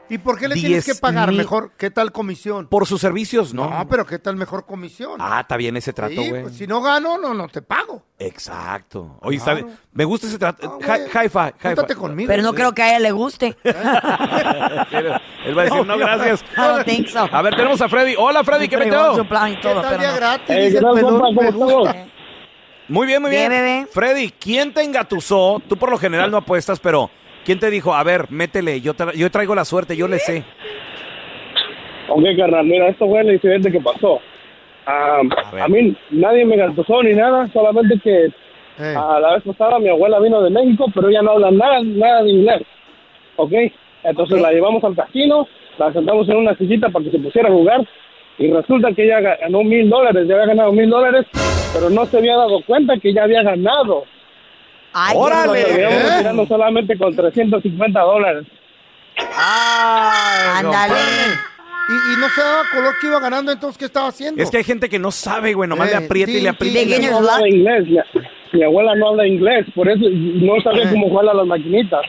Speaker 3: ¿Y por qué le tienes que
Speaker 2: 10
Speaker 3: pagar
Speaker 2: mil-
Speaker 3: mejor? ¿Qué tal comisión?
Speaker 2: Por sus servicios, no.
Speaker 3: No, Ah, pero ¿qué tal mejor comisión?
Speaker 2: Ah, está bien ese trato,
Speaker 3: Sí,
Speaker 2: güey.
Speaker 3: pues, si no gano, no, no te pago.
Speaker 2: Exacto. Oye,
Speaker 3: Claro. Ah,
Speaker 2: ¿sabe? me gusta ese trato.
Speaker 3: güey.
Speaker 2: Hi- Hi-Fi, hi-fi.
Speaker 3: Júntate conmigo.
Speaker 4: Pero no creo que a ella le guste.
Speaker 2: Él va a decir,
Speaker 4: [LAUGHS]
Speaker 2: no, gracias.
Speaker 4: I don't think so.
Speaker 2: A ver, tenemos a Freddy. Hola, Freddy, ¿qué
Speaker 4: Siempre
Speaker 2: meteo?
Speaker 4: llevamos un plan y todo, pero no.
Speaker 2: Eh,
Speaker 15: pues. [LAUGHS]
Speaker 2: Muy bien, muy
Speaker 4: Bien,
Speaker 2: bien.
Speaker 4: bebé.
Speaker 2: Freddy, ¿quién te engatusó? Tú por lo general no apuestas, pero ¿quién te dijo, a ver, métele, yo, tra- yo traigo la suerte, yo le sé?
Speaker 16: Ok, carnal, mira, esto fue el incidente que pasó. Ah, a mí nadie me gastó ni nada, solamente que a la vez pasada mi abuela vino de México, pero ella no habla nada, nada de inglés. Ok, entonces la llevamos al casino, la sentamos en una sillita para que se pusiera a jugar y resulta que ella ga- ganó mil dólares, ya había ganado mil dólares, pero no se había dado cuenta que ya había ganado.
Speaker 4: Ay,
Speaker 16: ¡Órale!
Speaker 5: Nos terminamos
Speaker 16: ¿Eh?
Speaker 5: retirando solamente con 350 dólares.
Speaker 4: Ándale.
Speaker 3: Y, y no se daba color que iba ganando, entonces, ¿qué estaba haciendo?
Speaker 2: Es que hay gente que no sabe, güey, nomás
Speaker 5: Eh,
Speaker 2: le aprieta y
Speaker 5: sí,
Speaker 2: le aprieta.
Speaker 5: sí,
Speaker 2: y le
Speaker 5: no
Speaker 2: aprieta.
Speaker 5: habla inglés. Mi, mi abuela no habla inglés, por eso no sabía cómo jugar a las maquinitas.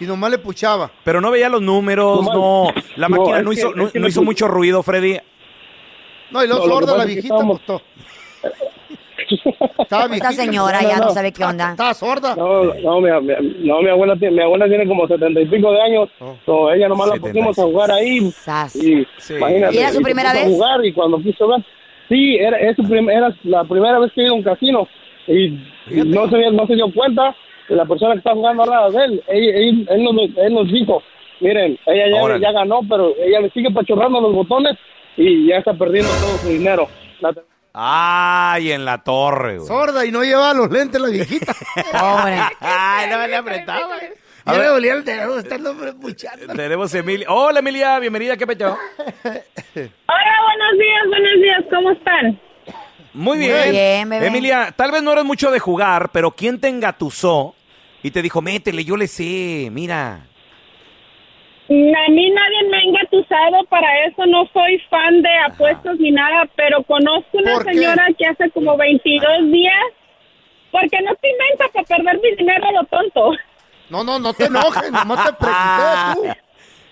Speaker 3: Y nomás le puchaba.
Speaker 2: Pero no veía los números, no. La
Speaker 3: No,
Speaker 2: máquina
Speaker 3: es
Speaker 2: no,
Speaker 3: que-
Speaker 2: hizo,
Speaker 3: es
Speaker 2: no,
Speaker 3: que
Speaker 2: no
Speaker 3: le
Speaker 2: hizo
Speaker 3: pu-
Speaker 2: mucho ruido, Freddy.
Speaker 3: No, y luego
Speaker 2: No, lo que
Speaker 3: sorda
Speaker 2: pasa
Speaker 3: la
Speaker 2: es que
Speaker 3: viejita.
Speaker 2: estábamos-
Speaker 3: pues,
Speaker 2: [LAUGHS]
Speaker 3: to- Estaba
Speaker 4: Esta
Speaker 3: viejita.
Speaker 4: señora ya no sabe qué onda.
Speaker 3: Estaba sorda.
Speaker 16: No, no, mi, mi- no, mi abuela tiene, mi abuela tiene como setenta y pico de años.
Speaker 4: Oh.
Speaker 16: So, ella nomás la pusimos a jugar ahí. Y, imagínate,
Speaker 4: ¿Y era su
Speaker 16: se
Speaker 4: primera
Speaker 16: puso a
Speaker 4: vez?
Speaker 16: jugar y cuando quiso ver, sí, era, es su prim- era la primera vez que iba a un casino y no se, no se dio cuenta que la persona que está jugando al lado de él, él, él- él nos, él nos dijo, miren, ella ya,
Speaker 2: Órale.
Speaker 16: ya ganó, pero ella le sigue pachorrando los botones y ya está perdiendo todo su dinero. La-
Speaker 2: Ay, en la torre, güey.
Speaker 3: Sorda y no llevaba los lentes la
Speaker 2: [LAUGHS]
Speaker 3: viejita.
Speaker 4: Pobre.
Speaker 3: Ay, no le apretaba.
Speaker 2: A
Speaker 3: Yo
Speaker 2: ver.
Speaker 3: le dolía el dedo, estando puchando.
Speaker 2: Tenemos a Emilia. Hola, Emilia, bienvenida, ¿qué pecho?
Speaker 22: Hola, buenos días, buenos días, ¿cómo están? Muy
Speaker 2: Muy bien.
Speaker 22: bien, bebé.
Speaker 2: Emilia, tal vez no eres mucho de jugar, pero ¿quién te engatusó y te dijo, métele, yo le sé, mira?
Speaker 22: A mí nadie me ha engatusado para eso, no soy fan de apuestas ni nada, pero conozco una
Speaker 23: ¿Por qué?
Speaker 22: señora que hace como 22 días, porque no te inventa para perder mi dinero a lo tonto.
Speaker 3: No, no, no te enojes, nomás te
Speaker 2: pregunté tú. Ah.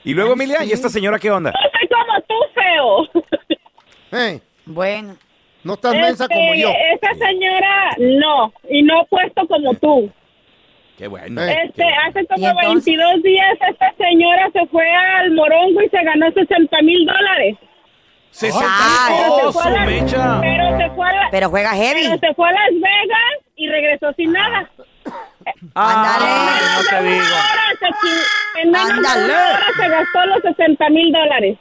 Speaker 2: Y luego, Emilia, ¿y esta señora qué onda?
Speaker 22: No soy como tú, feo.
Speaker 4: Bueno.
Speaker 3: No
Speaker 22: estás
Speaker 3: mensa como yo.
Speaker 22: Esa señora, no, y no apuesto como tú.
Speaker 2: Qué bueno.
Speaker 22: Este, hace
Speaker 2: ¿Y
Speaker 22: como
Speaker 2: entonces?
Speaker 22: 22 días esta señora se fue al Morongo y se ganó 60 mil dólares.
Speaker 2: Se
Speaker 22: Pero se fue a la- Pero se fue a la-
Speaker 4: Pero juega heavy.
Speaker 22: pero se fue a Las Vegas y regresó sin nada.
Speaker 2: no te digo.
Speaker 22: Ahora se qui- en menos de una
Speaker 4: Ándale.
Speaker 22: hora se gastó los 60 mil dólares.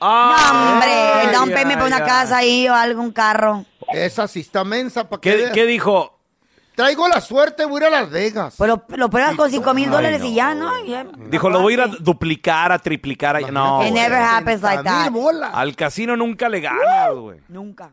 Speaker 4: No, hombre,
Speaker 3: Ah, Ay,
Speaker 4: da un peme
Speaker 3: ay,
Speaker 4: para una
Speaker 3: ay.
Speaker 4: casa ahí o algún carro.
Speaker 3: Esa sí está mensa. ¿pa'
Speaker 2: ¿Qué,
Speaker 3: veas?
Speaker 2: qué dijo?
Speaker 3: Traigo la suerte, voy a ir a Las Vegas.
Speaker 4: Pero lo pruebas con 5 mil
Speaker 2: Ay,
Speaker 4: dólares
Speaker 2: no.
Speaker 4: y ya, ¿no? Ya.
Speaker 2: Dijo, lo voy a ir a duplicar, a triplicar. a- No,
Speaker 4: It
Speaker 2: güey.
Speaker 4: never happens like that.
Speaker 2: Al casino nunca le ganas, güey.
Speaker 4: Nunca.